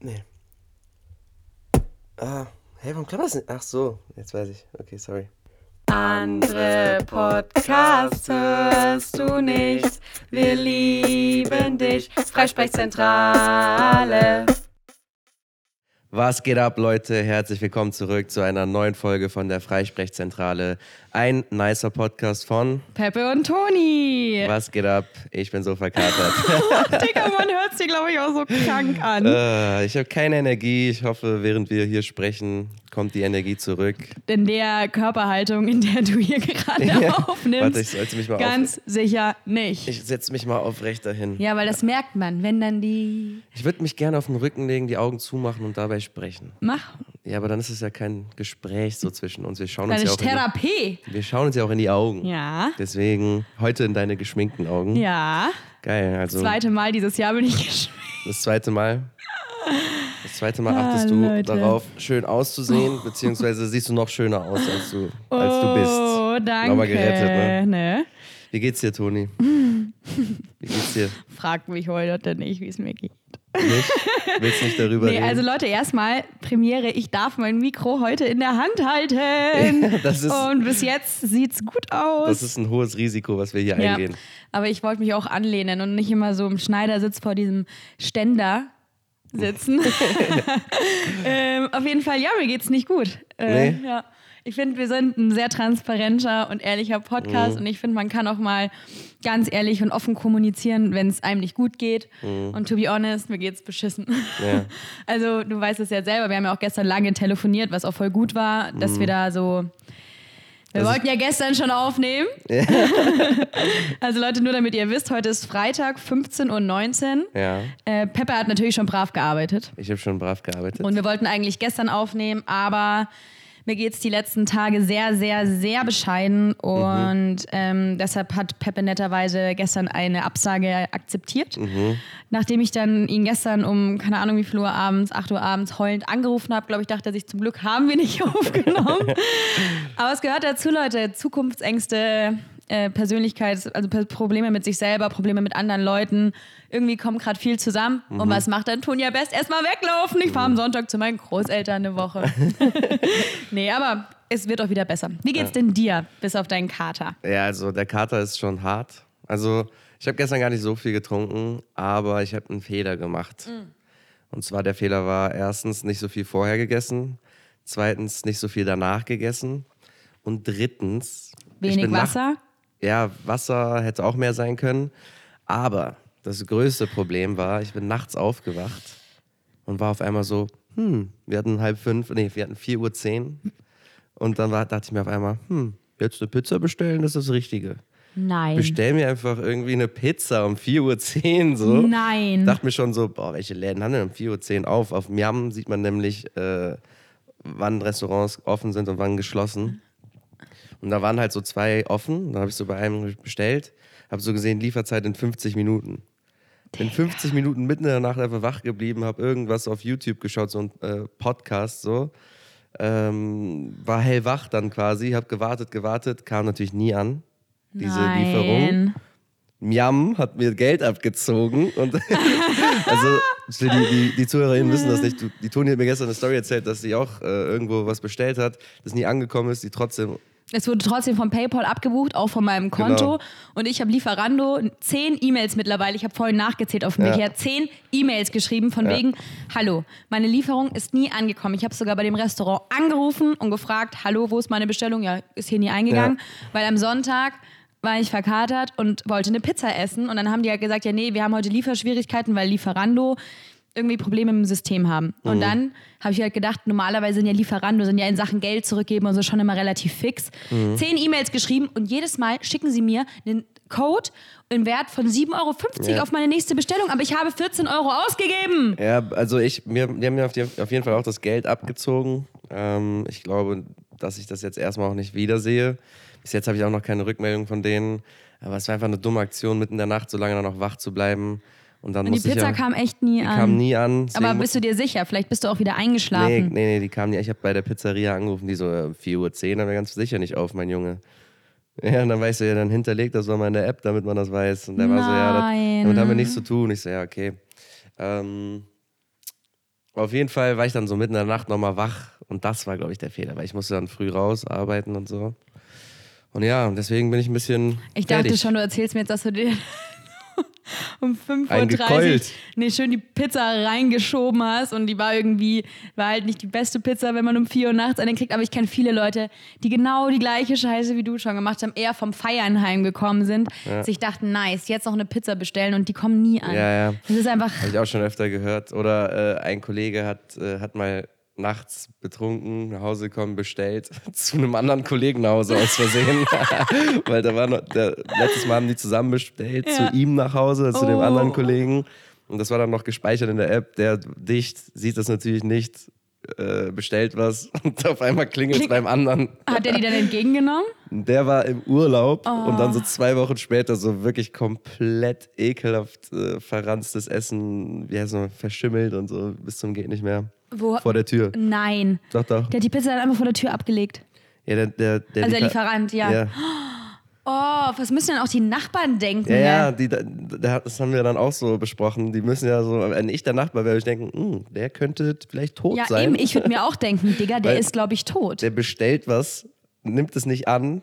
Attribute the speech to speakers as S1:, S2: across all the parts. S1: Nee. Ah, hey, warum klappt das nicht? Ach so, jetzt weiß ich. Okay, sorry.
S2: Andere Podcasts hörst du nicht. Wir lieben dich. Freisprechzentrale.
S1: Was geht ab, Leute? Herzlich willkommen zurück zu einer neuen Folge von der Freisprechzentrale. Ein nicer Podcast von
S2: Peppe und Toni.
S1: Was geht ab? Ich bin so verkatert.
S2: Digga, man hört sie, glaube ich, auch so krank an.
S1: Äh, ich habe keine Energie. Ich hoffe, während wir hier sprechen, kommt die Energie zurück.
S2: In der Körperhaltung, in der du hier gerade aufnimmst.
S1: Warte, ich sollte mich mal auf.
S2: Ganz sicher nicht.
S1: Ich setze mich mal aufrecht dahin.
S2: Ja, weil das merkt man, wenn dann die.
S1: Ich würde mich gerne auf den Rücken legen, die Augen zumachen und dabei sprechen.
S2: Mach,
S1: Ja, aber dann ist es ja kein Gespräch so zwischen uns. Wir schauen uns
S2: deine
S1: ja auch in die
S2: Therapie.
S1: Wir schauen uns ja auch in die Augen.
S2: Ja.
S1: Deswegen heute in deine geschminkten Augen.
S2: Ja.
S1: Geil. Also
S2: Zweite Mal dieses Jahr bin ich geschminkt.
S1: das zweite Mal. Das zweite Mal
S2: Ah,
S1: achtest du
S2: Leute.
S1: darauf, schön auszusehen, beziehungsweise siehst du noch schöner aus, als du, als du bist.
S2: Oh, danke.
S1: Nochmal gerettet, ne?
S2: ne?
S1: Wie geht's dir, Toni? Wie geht's dir?
S2: Frag mich heute nicht, wie es mir geht.
S1: Nicht? Willst nicht darüber
S2: Nee,
S1: reden?
S2: also Leute, erstmal Premiere, ich darf mein Mikro heute in der Hand halten.
S1: das, ist,
S2: Und bis jetzt sieht's gut aus.
S1: das ist ein hohes Risiko, was wir hier
S2: ja.
S1: eingehen.
S2: Aber ich wollte mich auch anlehnen und nicht immer so im Schneidersitz vor diesem Ständer sitzen. ähm, auf jeden Fall, ja, mir geht's nicht gut. Äh,
S1: Nee?
S2: ja. Ich finde, wir sind ein sehr transparenter und ehrlicher Podcast
S1: Mhm.
S2: und ich finde, man kann auch mal ganz ehrlich und offen kommunizieren, wenn es einem nicht gut geht.
S1: Mhm.
S2: Und to be honest, mir geht's beschissen.
S1: Ja.
S2: Also, du weißt es ja selber, wir haben ja auch gestern lange telefoniert, was auch voll gut war, dass wir da so. Wir
S1: Also-
S2: wollten ja gestern schon aufnehmen. also, Leute, nur damit ihr wisst, heute ist Freitag, 15.19 Uhr.
S1: ja.
S2: Äh, Peppe hat natürlich schon brav gearbeitet.
S1: Ich habe schon brav gearbeitet.
S2: Und wir wollten eigentlich gestern aufnehmen, aber mir geht es die letzten Tage sehr, sehr, sehr bescheiden. Und ähm, deshalb hat Peppe netterweise gestern eine Absage akzeptiert. Nachdem ich dann ihn gestern um, keine Ahnung wie viel Uhr abends, 8 Uhr abends heulend angerufen habe, glaube ich, dachte er sich, zum Glück haben wir nicht aufgenommen. aber es gehört dazu, Leute, Zukunftsängste. äh, Persönlichkeits-, also Per- Probleme mit sich selber, Probleme mit anderen Leuten. Irgendwie kommt gerade viel zusammen.
S1: Mhm.
S2: Und was macht dann Tonja Best? Erstmal weglaufen. Ich fahre am Sonntag zu meinen Großeltern eine Woche. nee, aber es wird auch wieder besser. Wie geht's denn dir, bis auf deinen Kater?
S1: Ja, also der Kater ist schon hart. Also ich habe gestern gar nicht so viel getrunken, aber ich habe einen Fehler gemacht.
S2: Mm.
S1: Und zwar der Fehler war erstens nicht so viel vorher gegessen, zweitens nicht so viel danach gegessen und drittens ich
S2: Wenig
S1: bin nach-
S2: Wasser?
S1: Ja, Wasser hätte auch mehr sein können, aber das größte Problem war, ich bin nachts aufgewacht und war auf einmal so, hm, wir hatten halb fünf, nee, wir hatten 4.10 Uhr zehn und dann war, dachte ich mir auf einmal, hm, jetzt eine Pizza bestellen, das ist das Richtige.
S2: Nein.
S1: Bestell mir einfach irgendwie eine Pizza um 4.10 Uhr so.
S2: Nein.
S1: Dachte mir schon so, boah, welche Läden haben denn um 4.10 Uhr auf? Auf Miam sieht man nämlich, äh, wann Restaurants offen sind und wann geschlossen. Und da waren halt so zwei offen. Da habe ich so bei einem bestellt, habe so gesehen, Lieferzeit in 50 Minuten. Bin 50 Minuten mitten in der Nacht einfach wach geblieben, habe irgendwas auf YouTube geschaut, so ein äh, Podcast so. Ähm, war hellwach dann quasi, habe gewartet, gewartet, kam natürlich nie an, diese
S2: Nein.
S1: Lieferung. Miam hat mir Geld abgezogen und also für die, die, die ZuhörerInnen wissen das nicht. Du- Die Toni hat mir gestern eine Story erzählt, dass sie auch äh, irgendwo was bestellt hat, das nie angekommen ist, die trotzdem.
S2: Es wurde trotzdem von PayPal abgebucht, auch von meinem
S1: Genau.
S2: Konto. Und ich habe Lieferando zehn E-Mails mittlerweile, ich habe vorhin nachgezählt auf mich
S1: Ja.
S2: her, zehn E-Mails geschrieben von
S1: Ja.
S2: wegen, hallo, meine Lieferung ist nie angekommen. Ich habe sogar bei dem Restaurant angerufen und gefragt, hallo, wo ist meine Bestellung? Ja, ist hier nie eingegangen, weil am Sonntag war ich verkatert und wollte eine Pizza essen. Und dann haben die ja halt gesagt, ja, nee, wir haben heute Lieferschwierigkeiten, weil Lieferando irgendwie Probleme im System haben.
S1: Mhm.
S2: Und dann habe ich halt gedacht, normalerweise sind ja Lieferando, sind ja in Sachen Geld zurückgeben und so schon immer relativ fix.
S1: Mhm.
S2: Zehn E-Mails geschrieben und jedes Mal schicken sie mir einen Code im Wert von 7,50 Euro
S1: Ja.
S2: auf meine nächste Bestellung, aber ich habe 14 Euro ausgegeben.
S1: Ja, also ich, mir, die haben mir auf, die, auf jeden Fall auch das Geld abgezogen. Ähm, ich glaube, dass ich das jetzt erstmal auch nicht wiedersehe. Bis jetzt habe ich auch noch keine Rückmeldung von denen. Aber es war einfach eine dumme Aktion, mitten in der Nacht so lange dann noch wach zu bleiben. Und dann
S2: Und die
S1: musste
S2: Pizza
S1: ich ja,
S2: kam echt nie
S1: die
S2: an.
S1: kam nie an.
S2: aber
S1: deswegen
S2: bist du dir sicher? Vielleicht bist du auch wieder
S1: Nee,
S2: eingeschlafen.
S1: nee, nee, die kamen nicht. Ich habe bei der Pizzeria angerufen, die so, äh, 4.10 Uhr, haben wir ganz sicher nicht auf, mein Junge. Ja, und dann weißt du, ja, dann hinterlegt das nochmal in der App, damit man das weiß. Und der war so, ja, das,
S2: Nein.
S1: damit haben wir nichts zu tun. Ich so, ja, okay. Ähm, Auf jeden Fall war ich dann so mitten in der Nacht nochmal wach und das war, glaube ich, der Fehler, weil ich musste dann früh raus arbeiten und so. Und ja, deswegen bin ich ein bisschen.
S2: Ich dachte
S1: fertig.
S2: schon, du erzählst mir jetzt, dass du dir um 5.30 Uhr
S1: Eingekeult.
S2: nee, schön die Pizza reingeschoben hast und die war irgendwie, war halt nicht die beste Pizza, wenn man um 4 Uhr nachts eine kriegt, aber ich kenne viele Leute, die genau die gleiche Scheiße wie du schon gemacht haben, eher vom Feiern heimgekommen sind, sich dachten, nice, jetzt noch eine Pizza bestellen und die kommen nie an.
S1: Ja, ja.
S2: Das ist einfach,
S1: Habe ich auch schon öfter gehört. Oder äh, ein Kollege hat, äh, hat mal nachts betrunken nach Hause gekommen, bestellt, zu einem anderen Kollegen nach Hause aus Versehen. Weil da war noch, der, letztes Mal haben die zusammen bestellt,
S2: Ja.
S1: zu ihm nach Hause, zu dem
S2: Oh.
S1: anderen Kollegen. Und das war dann noch gespeichert in der App. Der dicht sieht das natürlich nicht, äh, bestellt was und auf einmal klingelt es
S2: Kling-
S1: beim anderen.
S2: hat der die dann entgegengenommen?
S1: Der war im Urlaub und
S2: Oh.
S1: dann so zwei Wochen später so wirklich komplett ekelhaft äh, verranztes Essen, wie heißt es, verschimmelt und so bis zum geht nicht mehr.
S2: Wo?
S1: Vor der Tür.
S2: Nein.
S1: Doch, doch.
S2: Der hat die Pizza dann einfach vor der Tür abgelegt.
S1: Ja, der, der, der
S2: Also der
S1: Liefer-
S2: Lieferant, ja.
S1: Ja,
S2: Oh, was müssen denn auch die Nachbarn denken?
S1: ja, ja
S2: ne?
S1: die, da- da- das haben wir dann auch so besprochen. Die müssen ja so, wenn ich der Nachbar wäre, würde ich denken, "Hm, der könnte vielleicht tot
S2: Ja,
S1: sein.
S2: eben, ich würde mir auch denken, Digga, der
S1: Weil-
S2: ist, glaube ich, tot.
S1: der bestellt was, nimmt es nicht an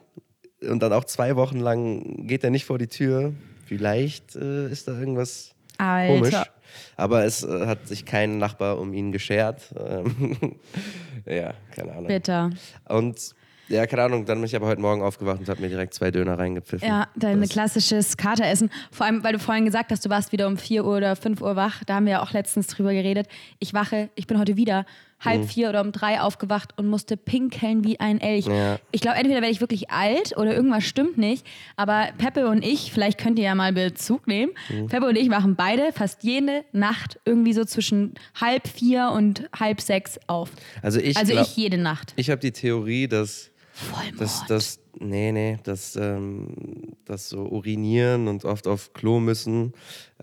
S1: und dann auch zwei Wochen lang geht er nicht vor die Tür. Vielleicht äh, ist da irgendwas
S2: Alter.
S1: komisch. Aber es äh, hat sich kein Nachbar um ihn geschert. Ähm, ja, keine Ahnung.
S2: Bitter.
S1: Und ja, keine Ahnung, dann bin ich aber heute Morgen aufgewacht und habe mir direkt zwei Döner reingepfiffen.
S2: Ja, dein
S1: Hm, Das-
S2: klassisches Kateressen. Vor allem, weil du vorhin gesagt hast, du warst wieder um 4 Uhr oder 5 Uhr wach. Da haben wir ja auch letztens drüber geredet. Ich wache, ich bin heute wieder halb
S1: Hm.
S2: vier oder um drei aufgewacht und musste pinkeln wie ein Elch.
S1: Ja.
S2: Ich glaube, entweder werde ich wirklich alt oder irgendwas stimmt nicht. Aber Peppe und ich, vielleicht könnt ihr ja mal Bezug nehmen.
S1: Hm.
S2: Peppe und ich wachen beide fast jede Nacht irgendwie so zwischen halb vier und halb sechs auf.
S1: Also ich,
S2: also
S1: glaub,
S2: ich
S1: ich,
S2: jede Nacht.
S1: habe die Theorie, dass
S2: Vollmord.
S1: dass das nee nee dass ähm, das so urinieren und oft auf Klo müssen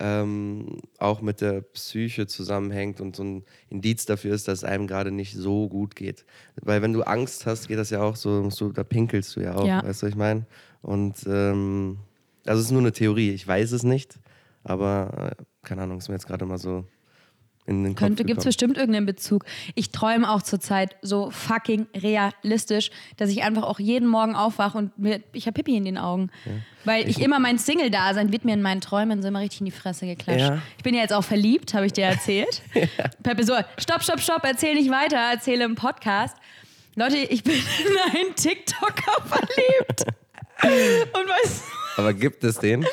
S1: ähm, auch mit der Psyche zusammenhängt und so ein Indiz dafür ist, dass es einem gerade nicht so gut geht. Weil wenn du Angst hast, geht das ja auch so, musst du- da pinkelst du ja auch,
S2: Ja.
S1: weißt du, was ich meine? Und ähm, also es ist nur eine Theorie, ich weiß es nicht, aber äh, keine Ahnung, ist mir jetzt gerade mal so in den Kopf
S2: Könnte, gibt's
S1: gekommen.
S2: bestimmt irgendeinen Bezug. Ich träume auch zurzeit so fucking realistisch, dass ich einfach auch jeden Morgen aufwache und mir, ich habe Pipi in den Augen. Weil ich, immer mein Single-Dasein wird mir in meinen Träumen so immer richtig in die Fresse geklatscht.
S1: Ja.
S2: Ich bin ja jetzt auch verliebt, habe ich dir erzählt. Peppe so, stopp, stopp, stopp, erzähl nicht weiter, erzähle im Podcast. Leute, ich bin in einen TikToker verliebt. Und weißt du,
S1: Aber gibt es den?
S2: ich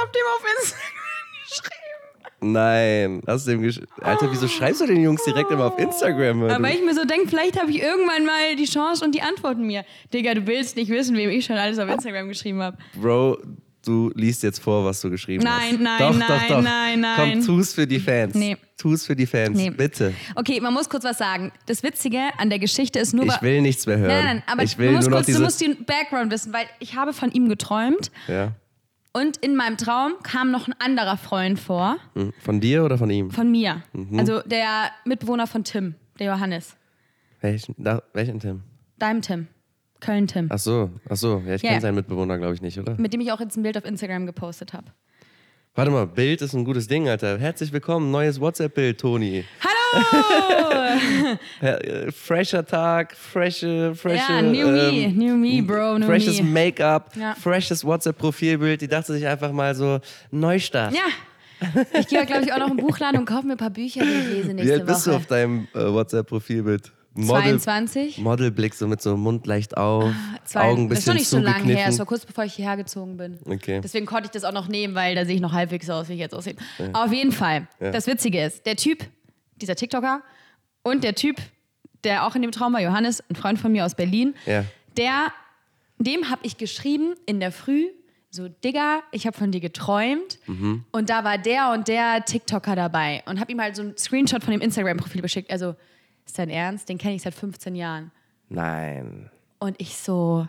S2: habe dem auf Instagram geschrieben.
S1: Nein. Hast du dem gesch Alter, wieso schreibst du den Jungs direkt immer auf Instagram? Mann?
S2: Aber ich mir so denke, vielleicht habe ich irgendwann mal die Chance und die antworten mir. Digga, du willst nicht wissen, wem ich schon alles auf Instagram geschrieben habe.
S1: Bro, du liest jetzt vor, was du geschrieben
S2: Nein,
S1: hast.
S2: nein,
S1: doch,
S2: nein,
S1: doch, doch.
S2: nein, nein.
S1: Komm, tu's für die Fans.
S2: Nee.
S1: Tu's für die Fans,
S2: Nee.
S1: bitte.
S2: Okay, man muss kurz was sagen. Das Witzige an der Geschichte ist nur...
S1: Ich will nichts mehr hören.
S2: nein, nein, aber
S1: ich
S2: du,
S1: will
S2: musst
S1: nur noch
S2: kurz,
S1: diese.
S2: du musst den Background wissen, weil ich habe von ihm geträumt
S1: ja.
S2: und in meinem Traum kam noch ein anderer Freund vor,
S1: Hm. Von dir oder von ihm?
S2: von mir.
S1: Mhm.
S2: Also der Mitbewohner von Tim, der Johannes.
S1: Welchen, da, welchen Tim?
S2: Deinem Tim. Köln-Tim.
S1: Ach so, ach so. Ja, ich
S2: Ja.
S1: kenne seinen Mitbewohner, glaube ich, nicht, oder?
S2: Mit dem ich auch jetzt ein Bild auf Instagram gepostet habe.
S1: Warte mal, Bild ist ein gutes Ding, Alter. Herzlich willkommen, neues WhatsApp-Bild, Toni.
S2: Hallo!
S1: Ja, äh, fresher Tag, fresche, fresche.
S2: ja, new me,
S1: ähm,
S2: new me, bro, new
S1: Freshes
S2: me.
S1: Make-up,
S2: Ja.
S1: freshes WhatsApp-Profilbild. Die dachte sich einfach mal so, Neustart.
S2: Ja. Ich gehe, glaube ich, auch noch in den Buchladen und kaufe mir ein paar Bücher, die ich lese
S1: Wie
S2: nächste
S1: alt bist du
S2: Woche.
S1: auf deinem äh, WhatsApp-Profilbild?
S2: 22?
S1: Modelblick, so mit so Mund leicht auf,
S2: Ah, Zwei-
S1: Augen ein
S2: das ist doch
S1: bisschen
S2: nicht so lang her,
S1: zugekniffen.
S2: es war kurz bevor ich hierher gezogen bin.
S1: Okay.
S2: Deswegen konnte ich das auch noch nehmen, weil da sehe ich noch halbwegs so aus, wie ich jetzt aussehe. Auf jeden Fall. Das Witzige ist, der Typ, dieser TikToker und der Typ, der auch in dem Traum war, Johannes, ein Freund von mir aus Berlin,
S1: Ja.
S2: der, dem habe ich geschrieben in der Früh, so Digga, ich habe von dir geträumt
S1: Mhm.
S2: und da war der und der TikToker dabei und habe ihm halt so einen Screenshot von dem Instagram-Profil geschickt. Also, ist dein Ernst? Den kenne ich seit 15 Jahren.
S1: Nein.
S2: Und ich so,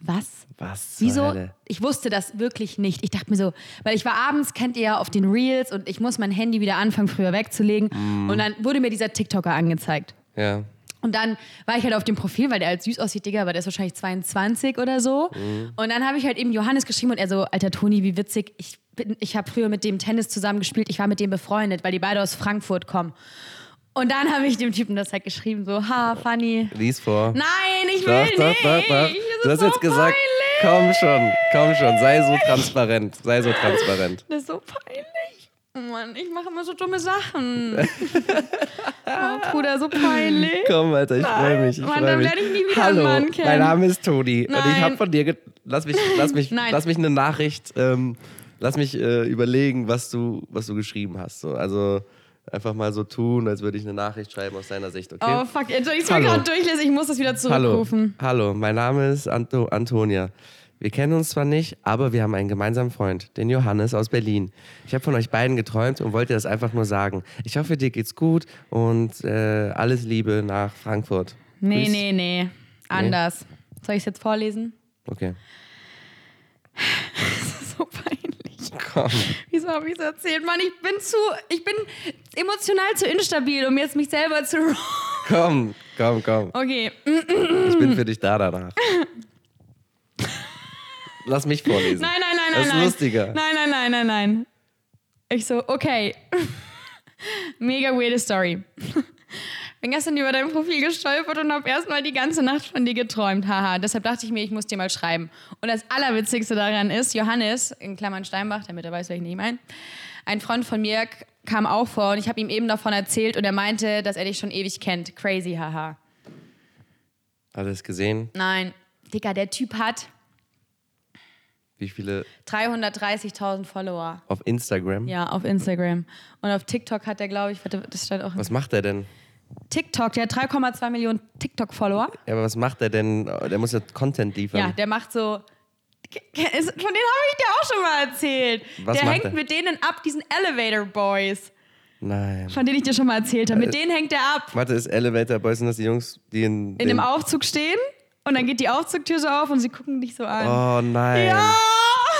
S2: was?
S1: Was? zur
S2: Wieso?
S1: Hölle?
S2: Ich wusste das wirklich nicht. Ich dachte mir so, weil ich war abends, kennt ihr ja, auf den Reels und ich muss mein Handy wieder anfangen, früher wegzulegen.
S1: Mhm.
S2: Und dann wurde mir dieser TikToker angezeigt.
S1: Ja.
S2: Und dann war ich halt auf dem Profil, weil der halt süß aussieht, Digga, aber der ist wahrscheinlich 22 oder so.
S1: Mhm.
S2: Und dann habe ich halt eben Johannes geschrieben und er so, alter Toni, wie witzig, ich, bin- ich habe früher mit dem Tennis zusammen gespielt, ich war mit dem befreundet, weil die beide aus Frankfurt kommen. Und dann habe ich dem Typen das halt geschrieben, so, ha, funny.
S1: Lies vor.
S2: Nein, ich will nicht. Das ist
S1: Du hast
S2: so
S1: jetzt gesagt,
S2: peinlich.
S1: komm schon, komm schon, sei so transparent, sei so transparent.
S2: Das ist so peinlich. Oh Mann, ich mache immer so dumme Sachen. oh, Bruder, so peinlich.
S1: Komm, Alter, ich freue mich. Ich
S2: Mann,
S1: freu
S2: dann
S1: mich.
S2: lerne ich nie wieder einen
S1: Hallo,
S2: Mann kennen.
S1: Mein Name ist Toni und ich
S2: Nein.
S1: habe von dir. ge- Lass mich, lass mich,
S2: Nein.
S1: lass mich eine Nachricht. Ähm, lass mich äh, überlegen, was du, was du geschrieben hast. So, also einfach mal so tun, als würde ich eine Nachricht schreiben aus deiner Sicht, okay?
S2: Oh fuck, Entschuldigung, ich bin
S1: Hallo.
S2: gerade durchlässig, ich muss das wieder
S1: Hallo,
S2: zurückrufen.
S1: hallo, mein Name ist Anto Antonia. Wir kennen uns zwar nicht, aber wir haben einen gemeinsamen Freund, den Johannes aus Berlin. Ich habe von euch beiden geträumt und wollte das einfach nur sagen. Ich hoffe, dir geht's gut und äh, alles Liebe nach Frankfurt.
S2: Nee,
S1: Grüß.
S2: nee, nee. Anders. Soll ich es jetzt vorlesen?
S1: Okay.
S2: Das ist so peinlich.
S1: Komm.
S2: Wieso habe ich es erzählt? Mann, ich bin zu. Ich bin emotional zu instabil, um jetzt mich selber zu.
S1: Komm, komm, komm.
S2: Okay.
S1: Ich bin für dich da danach. Lass mich vorlesen.
S2: Nein, nein, nein, nein.
S1: Das ist
S2: nein.
S1: lustiger.
S2: Nein, nein, nein, nein, nein. Ich so, okay. Mega weirde Story. Bin gestern über dein Profil gestolpert und habe erstmal die ganze Nacht von dir geträumt. Haha, deshalb dachte ich mir, ich muss dir mal schreiben. Und das Allerwitzigste daran ist, Johannes, in Klammern Steinbach, damit er weiß, welchen ich meine, ein Freund von mir k- kam auch vor und ich habe ihm eben davon erzählt und er meinte, dass er dich schon ewig kennt. Crazy, haha.
S1: Alles gesehen?
S2: Nein, Dicker, der Typ hat
S1: Wie viele
S2: 330.000 Follower.
S1: auf Instagram?
S2: Ja, auf Instagram. Und auf TikTok hat er, glaube ich, warte, das stand auch.
S1: Was macht er denn?
S2: TikTok, der hat 3,2 Millionen TikTok-Follower.
S1: Ja, aber was macht er denn? Oh, Der muss ja Content liefern.
S2: Ja, der macht so. Ist- Von denen habe ich dir auch schon mal erzählt.
S1: Was
S2: der
S1: macht
S2: hängt
S1: er?
S2: mit denen ab, diesen Elevator Boys,
S1: Nein.
S2: von denen ich dir schon mal erzählt habe. Mit
S1: Äh,
S2: denen hängt er ab.
S1: Warte, ist Elevator Boys, sind das die Jungs, die in,
S2: In dem Aufzug stehen und dann geht die Aufzugtür so auf und sie gucken dich so an.
S1: Oh nein.
S2: Ja!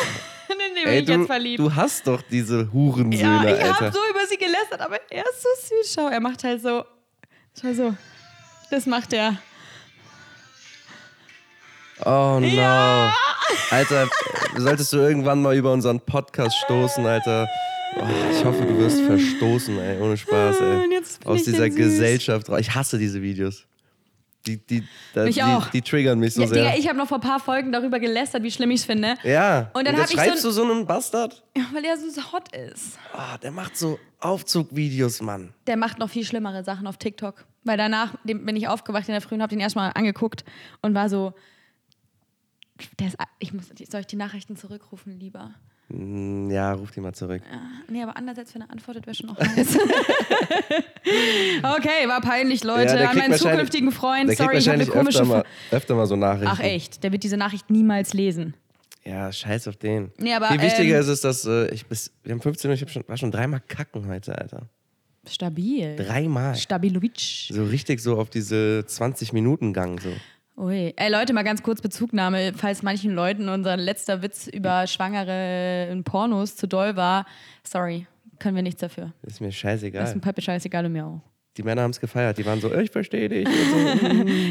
S2: In den bin
S1: Ey,
S2: ich jetzt
S1: du,
S2: verliebt.
S1: du hast doch diese Hurensöhne,
S2: Ja, ich
S1: Alter.
S2: habe so über sie gelästert, aber er ist so süß. Schau, er macht halt so. Schau so. Das macht er.
S1: oh no.
S2: Ja.
S1: Alter, solltest du irgendwann mal über unseren Podcast stoßen, Alter. Oh, ich hoffe, du wirst verstoßen, ey, ohne Spaß, ey.
S2: Und jetzt bin
S1: Aus
S2: ich
S1: dieser
S2: denn süß.
S1: Gesellschaft raus. Ich hasse diese Videos. Die, die, da,
S2: Mich
S1: die,
S2: auch.
S1: die triggern mich so
S2: Ja,
S1: sehr.
S2: Digga, ich habe noch vor ein paar Folgen darüber gelästert, wie schlimm ich es finde.
S1: ja.
S2: Und dann hab
S1: das
S2: ich so
S1: schreibst
S2: ein-
S1: du so einem Bastard?
S2: Ja, weil er so hot ist.
S1: Ah, der macht so Aufzugvideos, Mann.
S2: Der macht noch viel schlimmere Sachen auf TikTok. Weil danach dem bin ich aufgewacht in der Früh und habe den erstmal angeguckt und war so. Der ist, ich muss, soll ich die Nachrichten zurückrufen lieber?
S1: Hm, Ja, ruf die mal zurück.
S2: Nee, aber anders als wenn er antwortet, wäre schon auch nice. okay, war peinlich,
S1: der
S2: Leute. An
S1: kriegt
S2: meinen
S1: wahrscheinlich-
S2: zukünftigen Freund.
S1: Der
S2: Sorry,
S1: kriegt
S2: ich habe eine
S1: wahrscheinlich öfter
S2: komische.
S1: mal,
S2: Fr-
S1: öfter mal so Nachrichten.
S2: Ach echt, der wird diese Nachricht niemals lesen.
S1: Ja, scheiß auf den.
S2: Nee, aber,
S1: Viel wichtiger
S2: ähm,
S1: ist es, dass äh, ich bis, wir haben 15 Uhr, ich hab schon, war schon dreimal kacken heute, Alter.
S2: Stabil.
S1: Dreimal.
S2: Stabilovic.
S1: So richtig so auf diese 20-Minuten-Gang so.
S2: Ui. Ey, Leute, mal ganz kurz Bezugnahme, falls manchen Leuten unser letzter Witz über Schwangere in Pornos zu doll war. Sorry, können wir nichts dafür.
S1: Ist mir
S2: Ist ein
S1: scheißegal.
S2: Pappe scheißegal und mir auch.
S1: Die Männer haben es gefeiert. Die waren so, ich verstehe dich.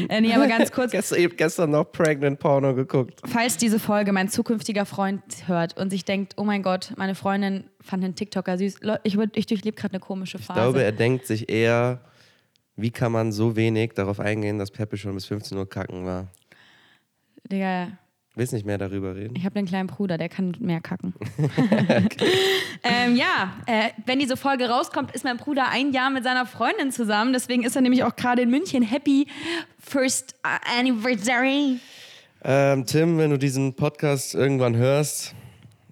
S2: Äh, nee, aber ganz kurz,
S1: Gestern, eben gestern noch Pregnant Porno geguckt.
S2: falls diese Folge mein zukünftiger Freund hört und sich denkt, oh mein Gott, meine Freundin fand den TikToker süß. Leute, ich, würd- ich durchlebe gerade eine komische
S1: Ich
S2: Phase.
S1: glaube, er denkt sich eher, wie kann man so wenig darauf eingehen, dass Peppe schon bis 15 Uhr kacken war.
S2: Digga,
S1: Willst nicht mehr darüber reden?
S2: Ich habe einen kleinen Bruder, der kann mehr kacken. ähm, ja, äh, wenn diese Folge rauskommt, ist mein Bruder ein Jahr mit seiner Freundin zusammen. Deswegen ist er nämlich auch gerade in München. Happy First äh, Anniversary.
S1: Ähm, Tim, wenn du diesen Podcast irgendwann hörst,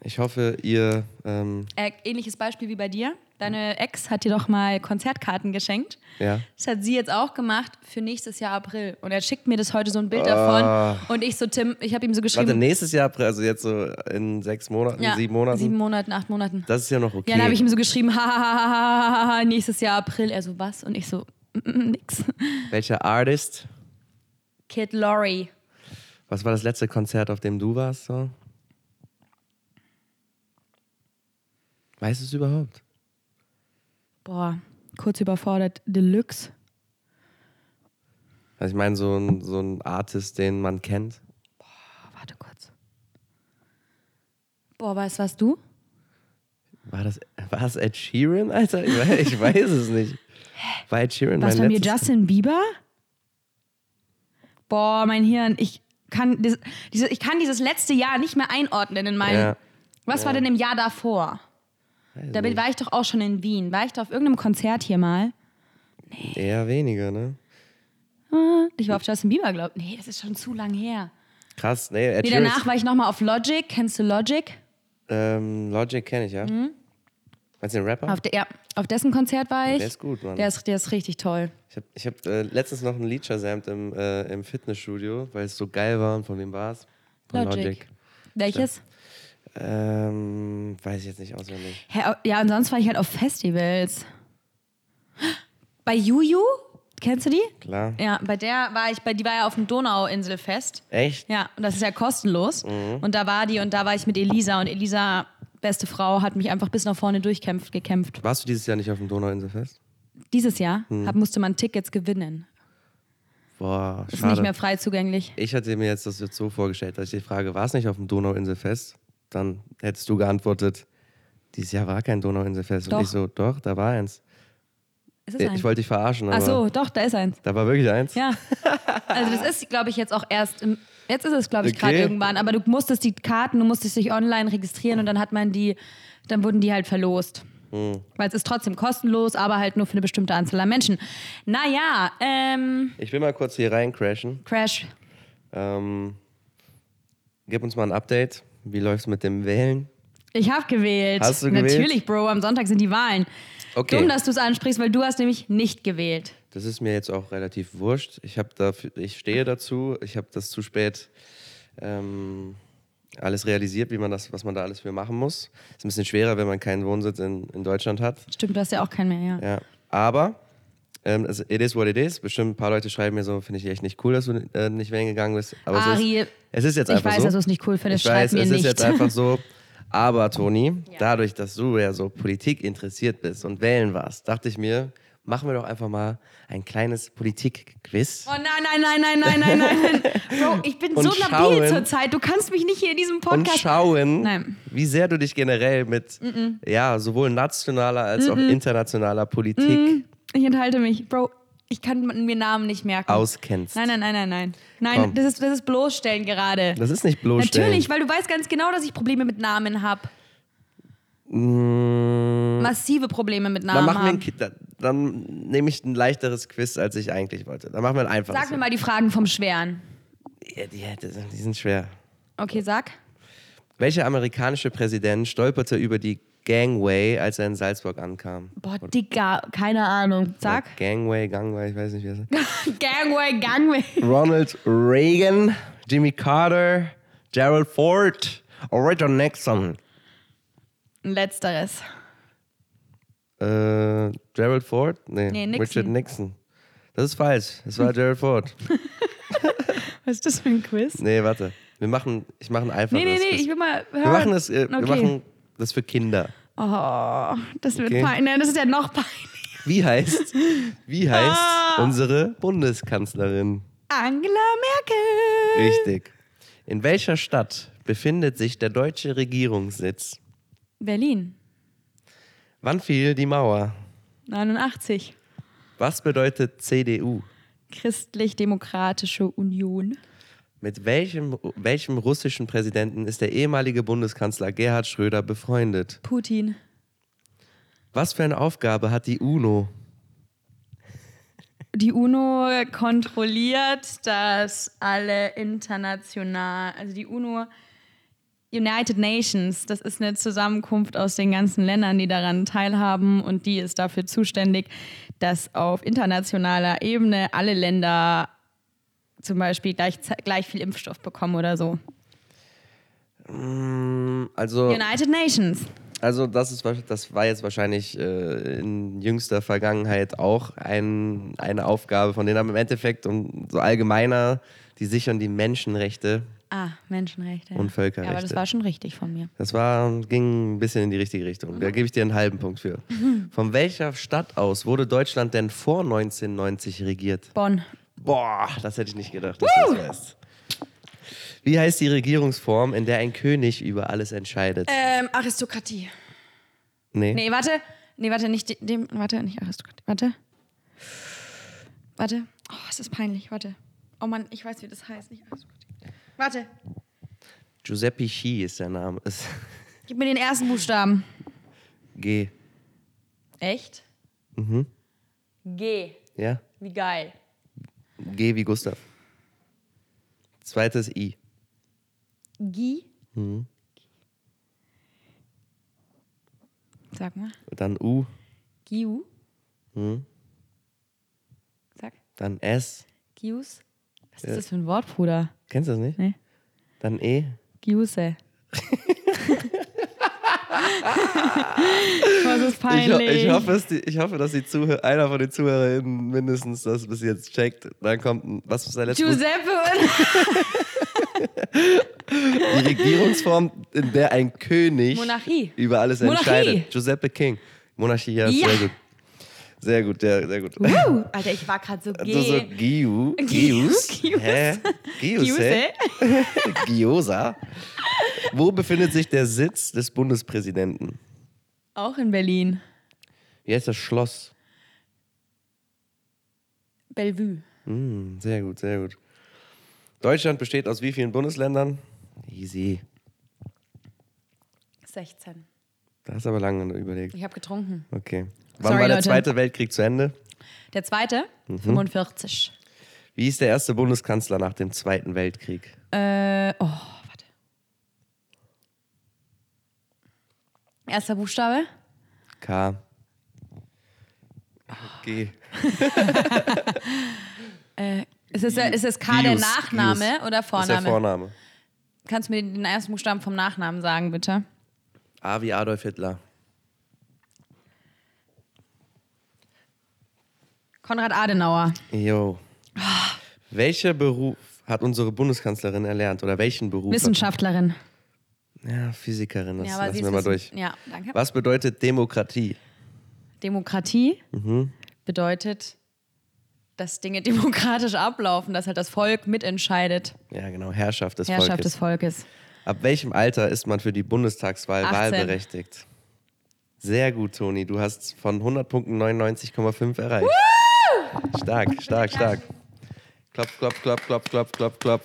S1: ich hoffe, ihr ähm,
S2: Äh, ähnliches Beispiel wie bei dir. Deine Ex hat dir doch mal Konzertkarten geschenkt.
S1: Ja.
S2: Das hat sie jetzt auch gemacht für nächstes Jahr April. Und er schickt mir das heute so ein Bild davon. Und ich so, Tim, ich habe ihm so geschrieben.
S1: Ah. Warte, nächstes Jahr, April, also jetzt so in sechs Monaten,
S2: Ja,
S1: sieben Monaten.
S2: Sieben Monaten, acht Monaten.
S1: das ist ja noch okay.
S2: Ja, dann habe ich ihm so geschrieben, hahaha, nächstes Jahr April. Er so, was? Und ich so, "Mm, mm, nix.
S1: Welcher Artist?
S2: Kid Laurie.
S1: Was war das letzte Konzert, auf dem du warst? So? Weißt du es überhaupt?
S2: Boah, kurz überfordert. Deluxe.
S1: Also ich meine, so ein, so ein Artist, den man kennt.
S2: Oh, warte kurz. Boah, weißt was du?
S1: War das, war das Ed Sheeran, Alter? Ich weiß, ich weiß es nicht. war Ed Sheeran
S2: Was
S1: mein
S2: bei mir
S1: letztes...
S2: Justin Bieber? Boah, mein Hirn, ich kann, dis- diese, ich kann dieses letzte Jahr nicht mehr einordnen in meinem.
S1: Ja.
S2: Was war denn im Jahr davor? Da bin- war ich doch auch schon in Wien. War ich da auf irgendeinem Konzert hier mal?
S1: Eher weniger, ne?
S2: Ich war auf Justin Bieber, glaube ich. Nee, das ist schon zu lang her.
S1: Krass, nee, Ed
S2: Nee,
S1: Sheeran
S2: danach war ich nochmal auf Logic. Kennst du Logic?
S1: Ähm, Logic kenne ich, ja.
S2: Mhm.
S1: Meinst du den Rapper?
S2: Auf, de, ja, auf dessen Konzert war ich.
S1: Der ist gut, Mann.
S2: Der ist, der ist richtig toll.
S1: Ich habe ich hab, äh, letztens noch ein Lied shazamt im, äh, im Fitnessstudio, weil es so geil war und von wem war es? Von
S2: Logic. Welches?
S1: Ähm, weiß ich jetzt nicht auswendig.
S2: Hä, ja, und sonst war ich halt auf Festivals. Bei Juju? Kennst du die?
S1: Klar.
S2: Ja, bei der war ich, bei die war ja auf dem Donauinselfest.
S1: Echt?
S2: Ja, und das ist ja kostenlos.
S1: Mhm.
S2: Und da war die und da war ich mit Elisa und Elisa, beste Frau, hat mich einfach bis nach vorne durchkämpft, gekämpft.
S1: Warst du dieses Jahr nicht auf dem Donauinselfest?
S2: Dieses Jahr
S1: Mhm.
S2: hab, musste man Tickets gewinnen.
S1: Boah,
S2: Ist
S1: schade.
S2: nicht mehr frei zugänglich.
S1: ich hatte mir jetzt das jetzt so vorgestellt, dass ich die Frage, war es nicht auf dem Donauinselfest? Dann hättest du geantwortet, dieses Jahr war kein Donauinselfest.
S2: Doch.
S1: Und ich so, doch, da war eins.
S2: Ist es
S1: Ich,
S2: ein?
S1: Äh, ich wollte dich verarschen, aber
S2: Ach so, doch, da ist eins.
S1: da war wirklich eins.
S2: Ja. Also das ist, glaube ich, jetzt auch erst im, jetzt ist es, glaube ich, gerade
S1: Okay.
S2: irgendwann, aber du musstest die Karten, du musstest dich online registrieren und dann hat man die, dann wurden die halt verlost.
S1: Hm.
S2: Weil es ist trotzdem kostenlos, aber halt nur für eine bestimmte Anzahl an Menschen. Naja, ähm,
S1: Ich will mal kurz hier reincrashen.
S2: Crash.
S1: Ähm, gib uns mal ein Update. Wie läuft's mit dem Wählen?
S2: Ich habe gewählt.
S1: Hast du gewählt?
S2: Natürlich, Bro, am Sonntag sind die Wahlen.
S1: Okay.
S2: Dumm, dass du es ansprichst, weil du hast nämlich nicht gewählt.
S1: Das ist mir jetzt auch relativ wurscht. Ich habe dafür, ich stehe dazu. Ich habe das zu spät ähm, alles realisiert, wie man das, was man da alles für machen muss. Ist ein bisschen schwerer, wenn man keinen Wohnsitz in, in Deutschland hat.
S2: Stimmt, du hast ja auch keinen mehr, ja.
S1: Ja. Aber ähm, also it is what it is. Bestimmt ein paar Leute schreiben mir so, finde ich echt nicht cool, dass du äh, nicht wählen gegangen bist. Aber
S2: Ari,
S1: es, ist, es ist jetzt
S2: ich
S1: einfach
S2: weiß,
S1: so.
S2: dass du es nicht cool findest.
S1: Ich
S2: Schreib
S1: weiß,
S2: mir
S1: es
S2: nicht.
S1: ist jetzt einfach so. Aber Toni, dadurch, dass du ja so Politik interessiert bist und wählen warst, dachte ich mir, machen wir doch einfach mal ein kleines Politik-Quiz.
S2: Oh nein, nein, nein, nein, nein, nein, nein. nein. Bro, ich bin
S1: Und
S2: so labil
S1: schauen.
S2: zurzeit. Du kannst mich nicht hier in diesem
S1: Und
S2: Podcast.
S1: schauen,
S2: Nein. Mm,
S1: wie sehr du dich generell mit ja, sowohl nationaler als auch internationaler Politik
S2: Ich enthalte mich. Bro, ich kann mir Namen nicht merken.
S1: auskennst.
S2: Nein, nein, nein, nein, nein. Nein,
S1: Komm.
S2: das ist, das ist bloßstellen gerade.
S1: Das ist nicht bloßstellen.
S2: Natürlich, weil du weißt ganz genau, dass ich Probleme mit Namen habe. Massive Probleme mit
S1: Mm. Dann,
S2: Namen
S1: machen wir ein,
S2: habe.
S1: Ki- dann, dann nehme ich ein leichteres Quiz, als ich eigentlich wollte. Dann machen wir ein einfaches.
S2: Sag mir mal die Fragen vom Schweren.
S1: Ja, die, die sind schwer.
S2: Okay, sag.
S1: Welcher amerikanische Präsident stolperte über die Gangway, als er in Salzburg ankam?
S2: Boah, Digga, keine Ahnung. Sag.
S1: Gangway, Gangway, ich weiß nicht, wie das heißt.
S2: Gangway, Gangway.
S1: Ronald Reagan, Jimmy Carter, Gerald Ford, Richard Nixon.
S2: Ein Letzteres.
S1: Äh, Gerald Ford? Nee,
S2: Nee, Nixon.
S1: Richard Nixon. Das ist falsch. Es war Gerald Ford.
S2: Was ist das für ein Quiz?
S1: Nee, warte. Wir machen, ich mache ein einfaches
S2: Nee, nee, nee,
S1: Quiz.
S2: ich will mal hören.
S1: wir machen das, äh, wir
S2: Okay.
S1: machen das für Kinder.
S2: Oh, das wird
S1: Okay.
S2: peinlich. Nein, das ist ja noch peinlich.
S1: Wie heißt, wie heißt unsere Bundeskanzlerin?
S2: Angela Merkel.
S1: Richtig. In welcher Stadt befindet sich der deutsche Regierungssitz?
S2: Berlin,
S1: Wann fiel die Mauer?
S2: 89.
S1: Was bedeutet CDU?
S2: Christlich-Demokratische Union.
S1: Mit welchem, welchem russischen Präsidenten ist der ehemalige Bundeskanzler Gerhard Schröder befreundet?
S2: Putin.
S1: Was für eine Aufgabe hat die UNO?
S2: Die UNO kontrolliert, dass alle international, also die UNO, United Nations, das ist eine Zusammenkunft aus den ganzen Ländern, die daran teilhaben und die ist dafür zuständig, dass auf internationaler Ebene alle Länder zum Beispiel gleich, gleich viel Impfstoff bekommen oder so.
S1: Also,
S2: United Nations.
S1: also das, ist, wahrsch- das war jetzt wahrscheinlich äh, in jüngster Vergangenheit auch ein, eine Aufgabe von denen, aber im Endeffekt und so allgemeiner, die sichern die Menschenrechte
S2: Ah, Menschenrechte. ja.
S1: Und Völkerrechte.
S2: Ja, aber das war schon richtig von mir.
S1: Das war, ging ein bisschen in die richtige Richtung. Da gebe ich dir einen halben Punkt für. Von welcher Stadt aus wurde Deutschland denn vor 1990 regiert?
S2: Bonn.
S1: Boah, das hätte ich nicht gedacht, dass du das weißt. Wie heißt die Regierungsform, in der ein König über alles entscheidet?
S2: Ähm, Aristokratie.
S1: nee.
S2: Nee, warte. Nee, warte, nicht de- dem. Warte, nicht Aristokratie. Warte. Warte. Oh, es ist peinlich. Warte. Oh Mann, ich weiß, wie das heißt. Nicht alles gut. Warte.
S1: Giuseppe Chi ist der Name. Ist
S2: Gib mir den ersten Buchstaben.
S1: G.
S2: Echt? Mhm. G.
S1: Ja?
S2: Wie geil.
S1: G wie Gustav. Zweites I.
S2: Gi. Sag mal.
S1: Dann U.
S2: Giu. Sag.
S1: Dann S.
S2: Gius. Was ist das für ein Wort, Bruder?
S1: Kennst du das nicht?
S2: Nee.
S1: Dann E.
S2: Giuse. Was ist
S1: Ich, ho-
S2: peinlich.
S1: ich, hoffe, es die, ich hoffe, dass die Zuhör einer von den ZuhörerInnen mindestens das bis jetzt checkt. Dann kommt, ein- was ist der letzte? Buch-
S2: Giuseppe und
S1: Die Regierungsform, in der ein König
S2: Monarchie.
S1: über alles
S2: Monarchie.
S1: entscheidet. Giuseppe King. Monarchie, ja,
S2: Ja.
S1: sehr gut. Sehr gut, ja, sehr gut.
S2: Wuh. Alter, ich war gerade so
S1: Also so
S2: G.
S1: Giu, Gius,
S2: Gius.
S1: Hä? Gius,
S2: Giuse.
S1: hä? Giosa. Wo befindet sich der Sitz des Bundespräsidenten?
S2: Auch in Berlin.
S1: Wie heißt das Schloss?
S2: Bellevue.
S1: Hm, sehr gut, sehr gut. Deutschland besteht aus wie vielen Bundesländern? Easy.
S2: 16.
S1: Da hast du aber lange überlegt.
S2: Ich habe getrunken.
S1: Okay. Wann
S2: Sorry,
S1: war der
S2: Leute.
S1: Zweite Weltkrieg zu Ende?
S2: Der zweite?
S1: Mhm.
S2: 45.
S1: Wie ist der erste Bundeskanzler nach dem Zweiten Weltkrieg?
S2: Äh, oh, warte. Erster Buchstabe?
S1: K.
S2: Ah,
S1: G.
S2: Ist es, ist es K der
S1: Gius,
S2: Nachname
S1: Gius.
S2: oder
S1: Das ist der
S2: Vorname?
S1: Vorname.
S2: Kannst du mir den ersten Buchstaben vom Nachnamen sagen, bitte?
S1: A wie Adolf Hitler.
S2: Konrad Adenauer.
S1: Jo.
S2: Ah.
S1: Welcher Beruf hat unsere Bundeskanzlerin erlernt? Oder welchen Beruf?
S2: Wissenschaftlerin.
S1: Hat, ja, Physikerin. Das
S2: Ja, aber sie
S1: lassen
S2: ist
S1: wir mal durch.
S2: Wissen- Ja, danke.
S1: Was bedeutet Demokratie?
S2: Demokratie
S1: Mhm.
S2: bedeutet, dass Dinge demokratisch ablaufen, dass halt das Volk mitentscheidet.
S1: Ja, genau. Herrschaft des
S2: Herrschaft
S1: Volkes.
S2: des Volkes.
S1: Ab welchem Alter ist man für die Bundestagswahl
S2: 18.
S1: wahlberechtigt? Sehr gut, Toni. Du hast von 100 Punkten 99,5 erreicht. Stark, stark, stark. Klopf, klopf, klopf, klopf, klopf, klopf, klopf.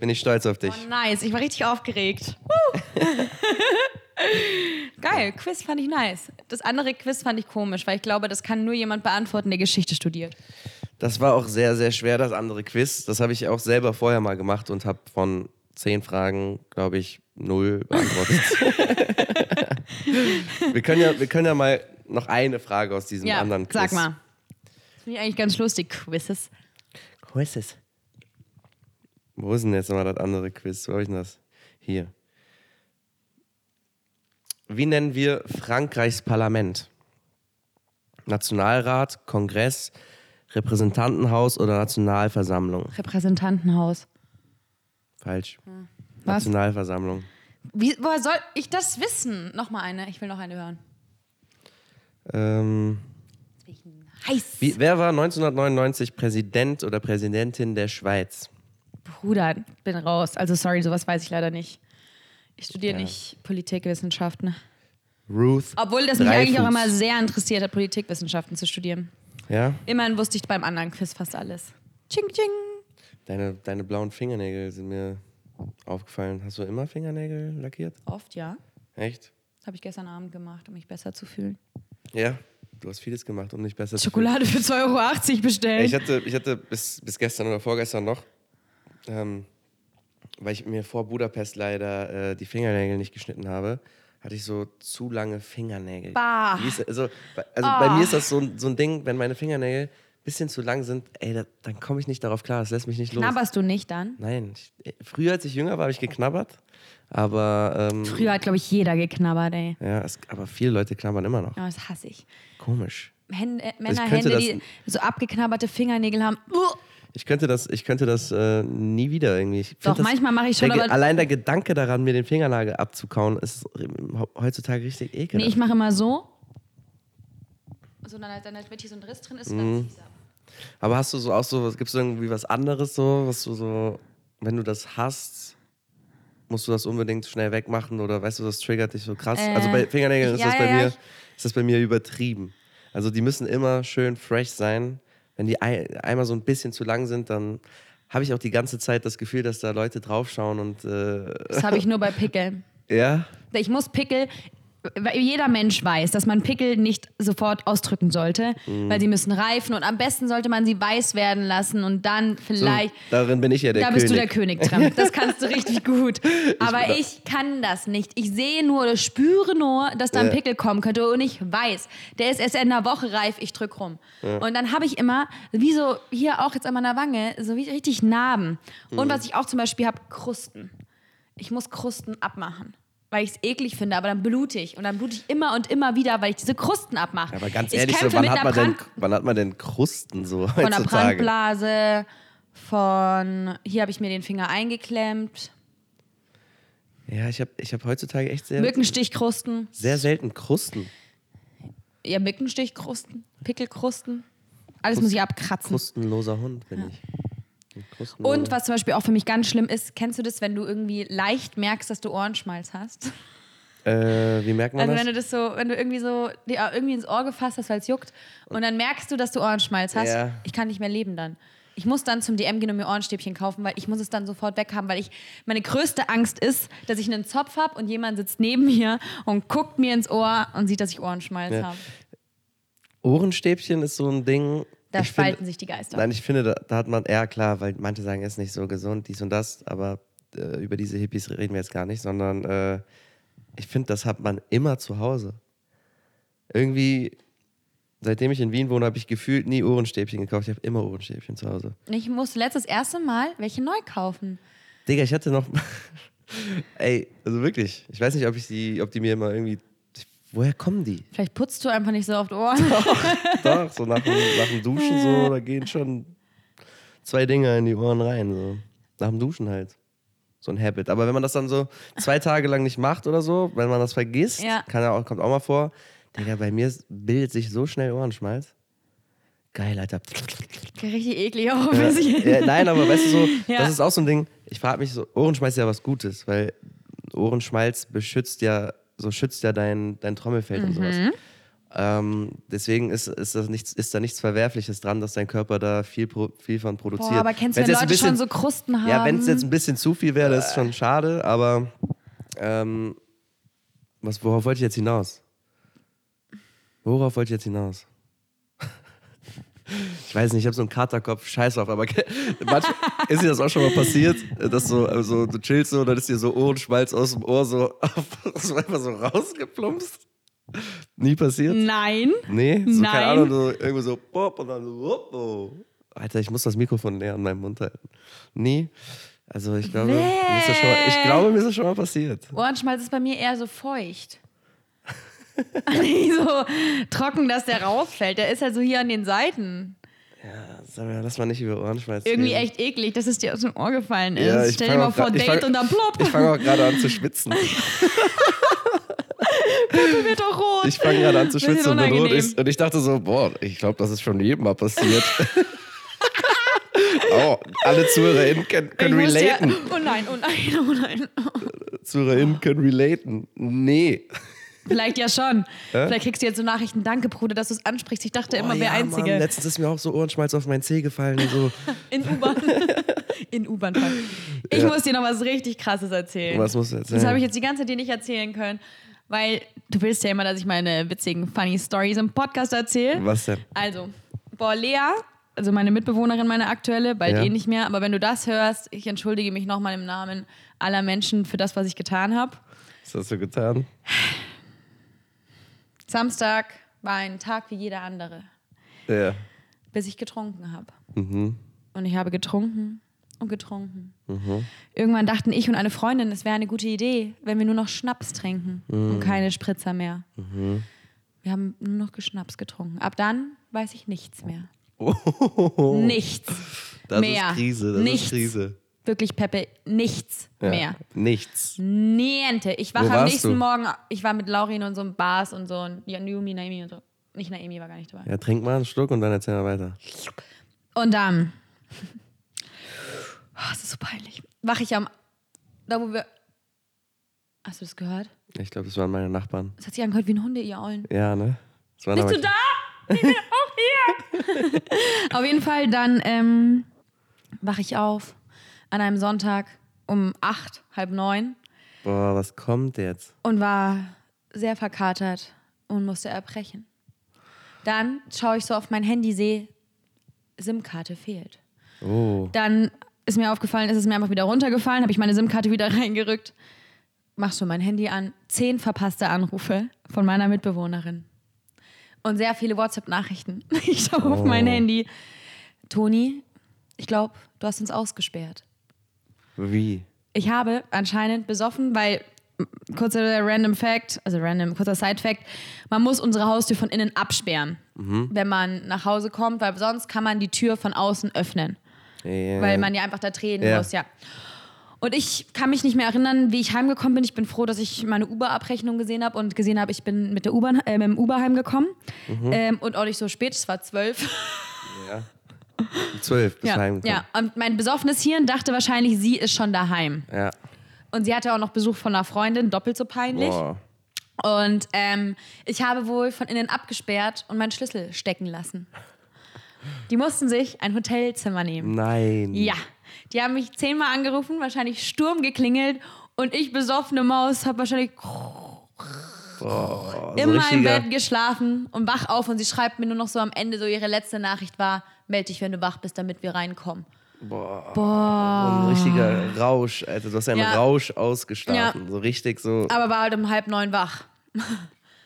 S1: Bin ich stolz auf dich.
S2: Oh, Nice, ich war richtig aufgeregt. Woo! Geil, Quiz fand ich nice. Das andere Quiz fand ich komisch, weil ich glaube, das kann nur jemand beantworten, der Geschichte studiert.
S1: Das war auch sehr, sehr schwer, das andere Quiz. Das habe ich auch selber vorher mal gemacht und habe von zehn Fragen, glaube ich, null beantwortet. wir, können ja, wir können ja mal noch eine Frage aus diesem
S2: Ja,
S1: anderen Quiz.
S2: sag mal. Das finde ich eigentlich ganz lustig, Quizzes.
S1: Quizzes. Wo ist denn jetzt nochmal das andere Quiz? Wo habe ich denn das? Hier. Wie nennen wir Frankreichs Parlament? Nationalrat, Kongress, Repräsentantenhaus oder Nationalversammlung?
S2: Repräsentantenhaus.
S1: Falsch.
S2: Hm. Was?
S1: Nationalversammlung.
S2: Wie, woher soll ich das wissen? Nochmal eine, ich will noch eine hören.
S1: Ähm,
S2: Heiß.
S1: wie, wer war 1999 Präsident oder Präsidentin der Schweiz?
S2: Bruder, bin raus. Also sorry, sowas weiß ich leider nicht. Ich studiere
S1: Ja.
S2: nicht Politikwissenschaften.
S1: Ruth.
S2: Obwohl das mich eigentlich auch
S1: Dreifuß.
S2: immer sehr interessiert hat, Politikwissenschaften zu studieren.
S1: Ja?
S2: Immerhin wusste ich beim anderen Quiz fast alles. Ching, ching.
S1: Deine, deine blauen Fingernägel sind mir aufgefallen. Hast du immer Fingernägel lackiert?
S2: Oft, ja.
S1: Echt?
S2: Habe ich gestern Abend gemacht, um mich besser zu fühlen.
S1: Ja. Du hast vieles gemacht, um dich besser
S2: Schokolade für 2,80 Euro
S1: zu fühlen.
S2: bestellt.
S1: Ich hatte, ich hatte bis, bis gestern oder vorgestern noch, ähm, weil ich mir vor Budapest leider äh, die Fingernägel nicht geschnitten habe, hatte ich so zu lange Fingernägel.
S2: Bah.
S1: Wie ist, also bei- also bei mir ist das so, ein- so ein Ding, wenn meine Fingernägel ein bisschen zu lang sind, ey, da, dann komme ich nicht darauf klar. Das lässt mich nicht los.
S2: Knabberst du nicht dann?
S1: Nein, ich, äh, früher als ich jünger war, habe ich geknabbert, aber ähm,
S2: Früher hat, glaube ich, jeder geknabbert, ey.
S1: ja, es, aber viele Leute knabbern immer noch.
S2: Aber das hasse ich.
S1: Komisch.
S2: Hände, äh,
S1: Also könnte
S2: Männerhände, die so abgeknabberte Fingernägel haben. Uah.
S1: Ich könnte das, ich könnte das äh, nie wieder irgendwie. Ich find
S2: Doch,
S1: das,
S2: manchmal mache ich schon,
S1: der, Ge-
S2: aber-
S1: Allein der Gedanke daran, mir den Fingernagel abzukauen, ist he- heutzutage richtig
S2: Nee,
S1: ekelhaft.
S2: ich mache immer so. Sondern dann, damit hier so ein Riss drin ist, dann zieh's ab.
S1: aber hast du so auch so, gibt es irgendwie was anderes so, was du so, wenn du das hast, musst du das unbedingt schnell wegmachen oder weißt du, das triggert dich so krass?
S2: Äh,
S1: also bei Fingernägeln ist
S2: ja,
S1: das bei
S2: ja, ja,
S1: mir,
S2: ich-
S1: ist das bei mir übertrieben. Also die müssen immer schön fresh sein. Wenn die ein, einmal so ein bisschen zu lang sind, dann habe ich auch die ganze Zeit das Gefühl, dass da Leute draufschauen und äh,
S2: Das habe ich nur bei Pickeln.
S1: ja.
S2: Ich muss Pickel. weil Jeder Mensch weiß, dass man Pickel nicht sofort ausdrücken sollte, weil sie müssen reifen und am besten sollte man sie weiß werden lassen und dann
S1: So,
S2: vielleicht.
S1: darin bin ich ja der
S2: da
S1: König.
S2: bist du der König dran. Das kannst du richtig gut. Aber ich kann das nicht. Ich sehe nur oder spüre nur, dass da ein
S1: Ja.
S2: Pickel kommen könnte und ich weiß, der ist erst in einer Woche reif, ich drück rum. Und dann habe ich immer, wie so hier auch jetzt an meiner Wange, so wie richtig Narben. Und
S1: Mhm.
S2: was ich auch zum Beispiel habe, Krusten. Ich muss Krusten abmachen. Weil ich es eklig finde, aber dann blute ich. Und dann blute ich immer und immer wieder, weil ich diese Krusten abmache.
S1: Aber ganz
S2: ich
S1: ehrlich, so,
S2: kämpfe
S1: wann,
S2: mit
S1: hat
S2: einer
S1: man denn,
S2: Brand
S1: wann hat man denn Krusten so
S2: von der
S1: heutzutage?
S2: Brandblase, von hier habe ich mir den Finger eingeklemmt,
S1: Ja, ich habe ich hab heutzutage echt sehr,
S2: Mückenstichkrusten,
S1: sehr selten Krusten.
S2: ja Mückenstichkrusten, Pickelkrusten, alles muss ich abkratzen.
S1: Krustenloser Hund bin ich. Ein Krustenloser-
S2: Und was zum Beispiel auch für mich ganz schlimm ist, kennst du das, wenn du irgendwie leicht merkst, dass du Ohrenschmalz hast?
S1: Äh, wie merkt man
S2: Also
S1: das?
S2: wenn du das so, wenn du irgendwie so dir irgendwie ins Ohr gefasst hast, weil es juckt, und dann merkst du, dass du Ohrenschmalz hast,
S1: Ja.
S2: ich kann nicht mehr leben dann. Ich muss dann zum DM gehen und mir Ohrenstäbchen kaufen, weil ich muss es dann sofort weghaben, weil ich meine größte Angst ist, dass ich einen Zopf habe und jemand sitzt neben mir und guckt mir ins Ohr und sieht, dass ich Ohrenschmalz
S1: Ja.
S2: habe.
S1: Ohrenstäbchen ist so ein Ding.
S2: Da
S1: ich
S2: spalten
S1: finde,
S2: sich die Geister.
S1: Nein, ich finde, da, da hat man eher klar, weil manche sagen, es ist nicht so gesund, dies und das, aber äh, über diese Hippies reden wir jetzt gar nicht, sondern äh, ich finde, das hat man immer zu Hause. Irgendwie, seitdem ich in Wien wohne, habe ich gefühlt nie Ohrenstäbchen gekauft. Ich habe immer Ohrenstäbchen zu Hause.
S2: Ich musste letztes erste Mal welche neu kaufen.
S1: Digga, ich hatte noch. Ey, also wirklich. Ich weiß nicht, ob ich die, ob die mir immer irgendwie. Woher kommen die?
S2: Vielleicht putzt du einfach nicht so oft Ohren.
S1: Doch, so nach dem, nach dem Duschen so, da gehen schon zwei Dinger in die Ohren rein. So. Nach dem Duschen halt. So ein Habit. Aber wenn man das dann so zwei Tage lang nicht macht oder so, wenn man das vergisst,
S2: Ja.
S1: kann ja auch, kommt auch mal vor, Digga, bei mir bildet sich so schnell Ohrenschmalz. Geil, Alter.
S2: Richtig eklig auch ein
S1: Ja,
S2: bisschen.
S1: ja, nein, aber weißt du so,
S2: Ja.
S1: das ist auch so ein Ding. Ich frage mich so, Ohrenschmalz ist ja was Gutes, weil Ohrenschmalz beschützt ja, so schützt ja dein, dein Trommelfell und sowas.
S2: Mhm.
S1: Ähm, deswegen ist, ist, das nichts, ist da nichts Verwerfliches dran, dass dein Körper da viel, pro, viel von produziert.
S2: Boah, aber kennst du,
S1: Wenn's
S2: wenn
S1: jetzt
S2: Leute
S1: ein
S2: schon
S1: bisschen-
S2: so Krusten haben?
S1: Ja, wenn es jetzt ein bisschen zu viel wäre, das ist schon schade, aber ähm, was, worauf wollte ich jetzt hinaus? Worauf wollte ich jetzt hinaus? Ich weiß nicht, ich habe so einen Katerkopf, scheiß drauf, aber ke- manchmal ist dir das auch schon mal passiert, dass so, also, du chillst so und dann ist dir so Ohrenschmalz aus dem Ohr so, so einfach so rausgeplumpst. Nie passiert?
S2: Nein.
S1: Nee, so
S2: Nein.
S1: keine Ahnung, so irgendwie so pop und dann so wupp, oh. Alter, ich muss das Mikrofon näher an meinem Mund halten. Nee. Also ich glaube, mir ist das schon mal, ich glaube, mir ist das schon mal passiert.
S2: Ohrenschmalz Oh, ist bei mir eher so feucht. Nicht so trocken, dass der rausfällt. Der ist halt so hier an den Seiten.
S1: Sag mal, lass mal nicht über Ohrenschmalz
S2: Irgendwie
S1: reden.
S2: echt eklig, dass es dir aus dem Ohr gefallen ist.
S1: Ja, ich
S2: Stell
S1: fang
S2: dir mal
S1: auch
S2: vor,
S1: grad- ich
S2: Date
S1: fang-
S2: und dann plopp,
S1: Ich fange auch gerade an zu schwitzen.
S2: wird doch rot.
S1: Ich fange gerade an zu
S2: Bisschen
S1: schwitzen und, bin rot
S2: unangenehm.
S1: ist, und ich dachte so, boah, ich glaube, das ist schon jedem mal passiert. oh, alle ZuhörerInnen können, können
S2: Ich muss dir-
S1: relaten.
S2: Oh nein, oh nein, oh nein.
S1: ZuhörerInnen können relaten. Nee.
S2: Vielleicht ja schon. Vielleicht kriegst du jetzt so Nachrichten. Danke, Bruder, dass du es ansprichst. Ich dachte immer,
S1: Oh
S2: wer
S1: ja, Mann,
S2: Einzige.
S1: Letztens ist mir auch so Ohrenschmalz auf meinen Zeh gefallen und so.
S2: In U-Bahn. In U-Bahn. fahren. Ich
S1: Ja.
S2: muss dir noch was richtig Krasses erzählen.
S1: Was musst du erzählen?
S2: Das habe ich jetzt die ganze Zeit dir nicht erzählen können, weil du willst ja immer, dass ich meine witzigen, funny Stories im Podcast erzähle.
S1: Was denn?
S2: Also, boah, Lea, also meine Mitbewohnerin, meine aktuelle, bald
S1: Ja.
S2: eh nicht mehr, aber wenn du das hörst, ich entschuldige mich nochmal im Namen aller Menschen für das, was ich getan habe.
S1: Was hast du getan?
S2: Samstag war ein Tag wie jeder andere,
S1: Ja.
S2: bis ich getrunken habe.
S1: Mhm.
S2: Und ich habe getrunken und getrunken.
S1: Mhm.
S2: Irgendwann dachten ich und eine Freundin, es wäre eine gute Idee, wenn wir nur noch Schnaps trinken
S1: Mhm.
S2: und keine Spritzer mehr. Wir haben nur noch Schnaps getrunken. Ab dann weiß ich nichts mehr. Nichts.
S1: Oh. Das
S2: Mehr.
S1: ist Krise, das
S2: Nichts.
S1: ist Krise.
S2: Wirklich, Peppe, nichts
S1: Ja.
S2: mehr.
S1: Nichts.
S2: Niente. Ich wache am
S1: warst
S2: nächsten
S1: du?
S2: Morgen, ich war mit Laurin und so einem Bars und so und ja, Naomi, Naomi und so. Nicht Naomi war gar nicht dabei.
S1: Ja, trink mal einen Schluck und dann erzähl mal weiter.
S2: Und dann. Oh, es ist so peinlich. Wache ich am. Da, wo wir. Hast du das gehört?
S1: Ich glaube, das waren meine Nachbarn.
S2: Es hat sich angehört wie ein Hunde, ihr Eulen.
S1: Ja, ne? Das waren
S2: Bist
S1: aber-
S2: du da? Auf jeden Fall, dann ähm, wache ich auf an einem Sonntag um acht, halb neun
S1: Boah, was kommt jetzt?
S2: und war sehr verkatert und musste erbrechen. Dann schaue ich so auf mein Handy, sehe, SIM-Karte fehlt.
S1: Oh.
S2: Dann ist mir aufgefallen, ist es mir einfach wieder runtergefallen, habe ich meine SIM-Karte wieder reingerückt. Machst du mein Handy an? Zehn verpasste Anrufe von meiner Mitbewohnerin. Und sehr viele WhatsApp-Nachrichten. Ich schaue auf
S1: Oh.
S2: mein Handy. Toni, ich glaube, du hast uns ausgesperrt.
S1: Wie?
S2: Ich habe anscheinend besoffen, weil kurzer random Fact, also random, kurzer Side Fact, man muss unsere Haustür von innen absperren, wenn man nach Hause kommt, weil sonst kann man die Tür von außen öffnen
S1: Ja.
S2: weil man ja einfach da Tränen
S1: Ja.
S2: muss, ja. Und ich kann mich nicht mehr erinnern, wie ich heimgekommen bin. Ich bin froh, dass ich meine Uber-Abrechnung gesehen habe und gesehen habe, ich bin mit, der U-Bahn, äh, mit dem Uber heimgekommen.
S1: Mhm.
S2: Ähm, und auch nicht so spät, es war zwölf.
S1: ja. Zwölf bis
S2: Ja. ja. Und mein besoffenes Hirn dachte wahrscheinlich, sie ist schon daheim.
S1: Ja.
S2: Und sie hatte auch noch Besuch von einer Freundin, doppelt so peinlich.
S1: Boah.
S2: Und ähm, ich habe wohl von innen abgesperrt und meinen Schlüssel stecken lassen. Die mussten sich ein Hotelzimmer nehmen.
S1: Nein.
S2: Ja, die haben mich zehnmal angerufen, wahrscheinlich Sturm geklingelt und ich besoffene Maus habe wahrscheinlich
S1: Boah, so
S2: in meinem
S1: richtiger-
S2: Bett geschlafen und wach auf und sie schreibt mir nur noch so am Ende so ihre letzte Nachricht war, melde dich, wenn du wach bist, damit wir reinkommen.
S1: Boah. So ein richtiger Rausch. Also du hast einen
S2: Oh. Ja.
S1: Rausch ausgeschlafen. So richtig so.
S2: Aber war halt um halb neun wach.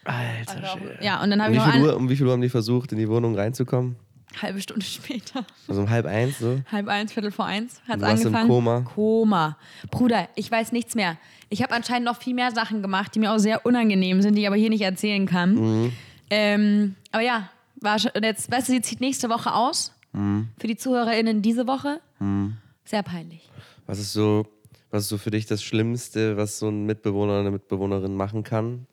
S1: Alter
S2: Also,
S1: Schwede.
S2: ja, und dann
S1: um
S2: habe ich
S1: wie,
S2: noch
S1: viel
S2: eine
S1: Uhr, um wie viel Uhr haben die versucht, in die Wohnung reinzukommen?
S2: halbe Stunde später,
S1: Also um halb eins so?
S2: halb eins, viertel vor eins, hat
S1: Du warst im
S2: angefangen.
S1: Koma.
S2: Koma. Bruder, ich weiß nichts mehr. Ich habe anscheinend noch viel mehr Sachen gemacht, die mir auch sehr unangenehm sind, die ich aber hier nicht erzählen kann.
S1: Mhm.
S2: Ähm, aber ja, war schon, und jetzt, weißt du, sie zieht nächste Woche aus.
S1: Mhm.
S2: Für die ZuhörerInnen diese Woche. Sehr peinlich.
S1: Was ist so, was ist so für dich das Schlimmste, was so ein Mitbewohner, eine Mitbewohnerin machen kann?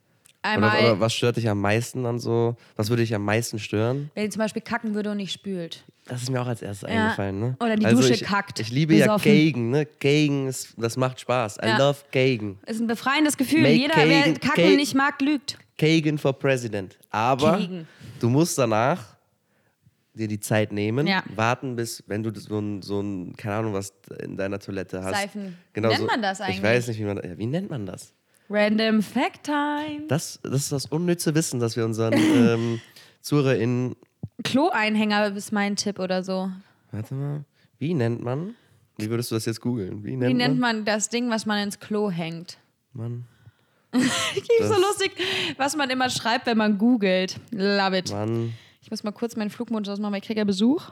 S1: Oder,
S2: Einmal,
S1: oder was stört dich am meisten an so? Was würde dich am meisten stören?
S2: wenn sie zum Beispiel kacken würde und nicht spült.
S1: Das ist mir auch als erstes eingefallen, ne?
S2: Oder die
S1: also
S2: Dusche
S1: ich,
S2: kackt,
S1: Ich liebe
S2: besoffen.
S1: ja Gegen, ne? Gegen, ist, das macht Spaß. I
S2: Ja.
S1: love Gegen.
S2: Ist ein befreiendes Gefühl.
S1: Make
S2: Jeder, wer
S1: Kagan-
S2: kacken
S1: Kagan-
S2: nicht mag, lügt.
S1: Kagan for President. Aber
S2: Kagan.
S1: du musst danach dir die Zeit nehmen,
S2: Ja.
S1: warten bis, wenn du das- so ein, so ein, keine Ahnung, was in deiner Toilette hast.
S2: Seifen.
S1: Genau
S2: Nennt
S1: so-
S2: man das eigentlich?
S1: Ich weiß nicht, wie man, ja, wie nennt man das?
S2: Random Fact Time.
S1: Das, das ist das unnütze Wissen, das wir unseren ähm, ZuhörerInnen,
S2: Klo-Einhänger ist mein Tipp oder so.
S1: warte mal, wie nennt man, wie würdest du das jetzt googeln? Wie nennt,
S2: Wie nennt man das Ding, was man ins Klo hängt?
S1: man?
S2: Ich finde so
S1: Das-
S2: lustig, was man immer schreibt, wenn man googelt. Love it.
S1: Man, man,
S2: Ich muss mal kurz meinen Flugmodus ausmachen, weil ich kriege ja Besuch.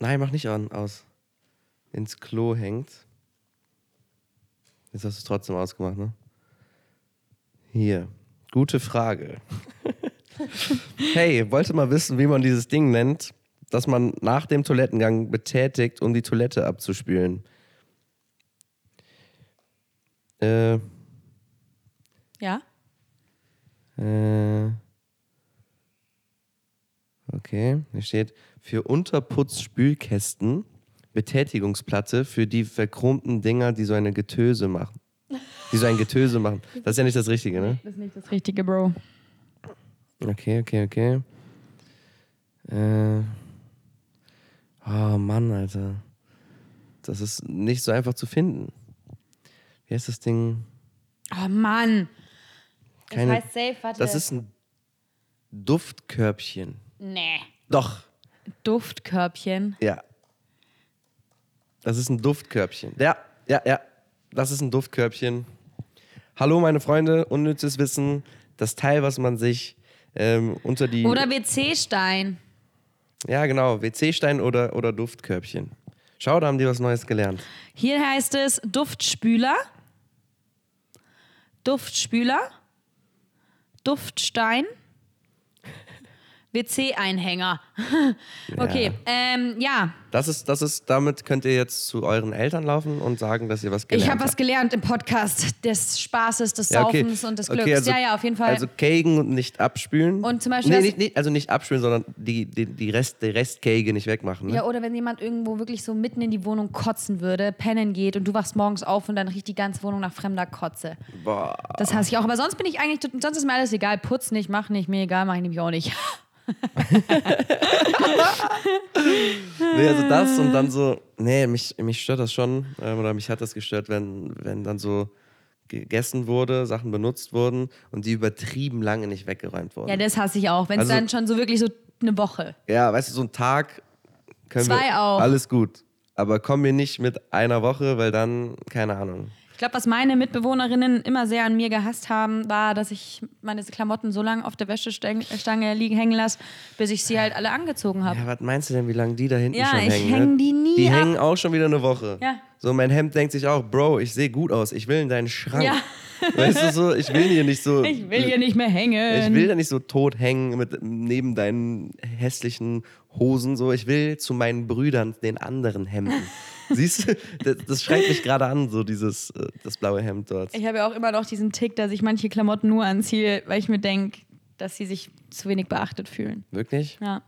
S1: nein, mach nicht an, aus. Ins Klo hängt. Jetzt hast du es trotzdem ausgemacht, ne? Hier, gute Frage. hey, wollte mal wissen, wie man dieses Ding nennt, das man nach dem Toilettengang betätigt, um die Toilette abzuspülen. Äh,
S2: Ja?
S1: Äh, okay, hier steht für Unterputzspülkästen Betätigungsplatte für die verchromten Dinger, die so eine Getöse machen. Die so ein Getöse machen. Das ist ja nicht das Richtige, ne?
S2: Das ist nicht das Richtige, Bro.
S1: Okay, okay, okay. Äh. Oh Mann, Alter. Das ist nicht so einfach zu finden. Wie heißt das Ding?
S2: Oh Mann.
S1: Keine-
S2: das heißt safe, warte.
S1: Das ist ein Duftkörbchen.
S2: Nee.
S1: Doch,
S2: Duftkörbchen.
S1: Ja. Das ist ein Duftkörbchen. Ja, ja, ja. Das ist ein Duftkörbchen. Hallo, meine Freunde. Unnützes Wissen. Das Teil, was man sich ähm, unter die.
S2: Oder WC-Stein.
S1: ja, genau. WC-Stein oder, oder Duftkörbchen. Schau, da haben die was Neues gelernt.
S2: Hier heißt es Duftspüler. Duftspüler. Duftstein. WC-Einhänger. Okay, ja. Ähm, ja.
S1: Das ist, das ist, damit könnt ihr jetzt zu euren Eltern laufen und sagen, dass ihr was gelernt
S2: Ich
S1: habt.
S2: habe was gelernt im Podcast des Spaßes, des
S1: Ja, okay.
S2: Saufens und des
S1: Okay,
S2: Glücks.
S1: also-
S2: ja, ja, auf jeden Fall.
S1: Also Kagen und nicht abspülen.
S2: Und zum Beispiel
S1: Nee,
S2: das-
S1: nicht, nicht, also nicht abspülen, sondern die, die, die Rest, die Restkege nicht wegmachen. Ne?
S2: Ja, oder wenn jemand irgendwo wirklich so mitten in die Wohnung kotzen würde, pennen geht und du wachst morgens auf und dann riecht die ganze Wohnung nach fremder Kotze.
S1: Boah.
S2: Das hasse ich auch. Aber sonst bin ich eigentlich, tot- sonst ist mir alles egal. Putz nicht, mach nicht, mir egal, mach ich nämlich auch nicht.
S1: Nee, also das und
S2: Äh.
S1: dann so, nee, mich, mich stört das schon ähm, oder mich hat das gestört, wenn, wenn dann so gegessen wurde, Sachen benutzt wurden und die übertrieben lange nicht weggeräumt wurden.
S2: Ja,
S1: Ja,
S2: das hasse ich auch. Wenn es
S1: Also-
S2: dann schon so wirklich so eine Woche.
S1: weißt du, so ein Tag können
S2: Zwei
S1: wir,
S2: auch.
S1: alles gut. Aber komm mir nicht mit einer Woche, weil dann, keine Ahnung.
S2: Ich glaube, was meine Mitbewohnerinnen immer sehr an mir gehasst haben, war, dass ich meine Klamotten so lange auf der Wäschestange liegen hängen lasse, bis ich sie halt alle angezogen habe.
S1: Ja, was meinst du denn, wie lange die da hinten
S2: Ja,
S1: schon
S2: ich
S1: hängen?
S2: häng
S1: ne?
S2: die nie
S1: Die
S2: ab.
S1: hängen auch schon wieder eine Woche.
S2: Ja.
S1: So, mein Hemd denkt sich auch, Bro, ich sehe gut aus, ich will in deinen Schrank.
S2: Ja.
S1: Weißt du so, ich will hier nicht so.
S2: Ich will hier nicht mehr hängen.
S1: Ich will da nicht so tot hängen mit, neben deinen hässlichen Hosen. So, ich will zu meinen Brüdern, den anderen Hemden. Siehst du, das, das schreit mich gerade an, so dieses äh, das blaue Hemd dort.
S2: Ich habe ja auch immer noch diesen Tick, dass ich manche Klamotten nur anziehe, weil ich mir denke, dass sie sich zu wenig beachtet fühlen.
S1: Wirklich?
S2: Ja.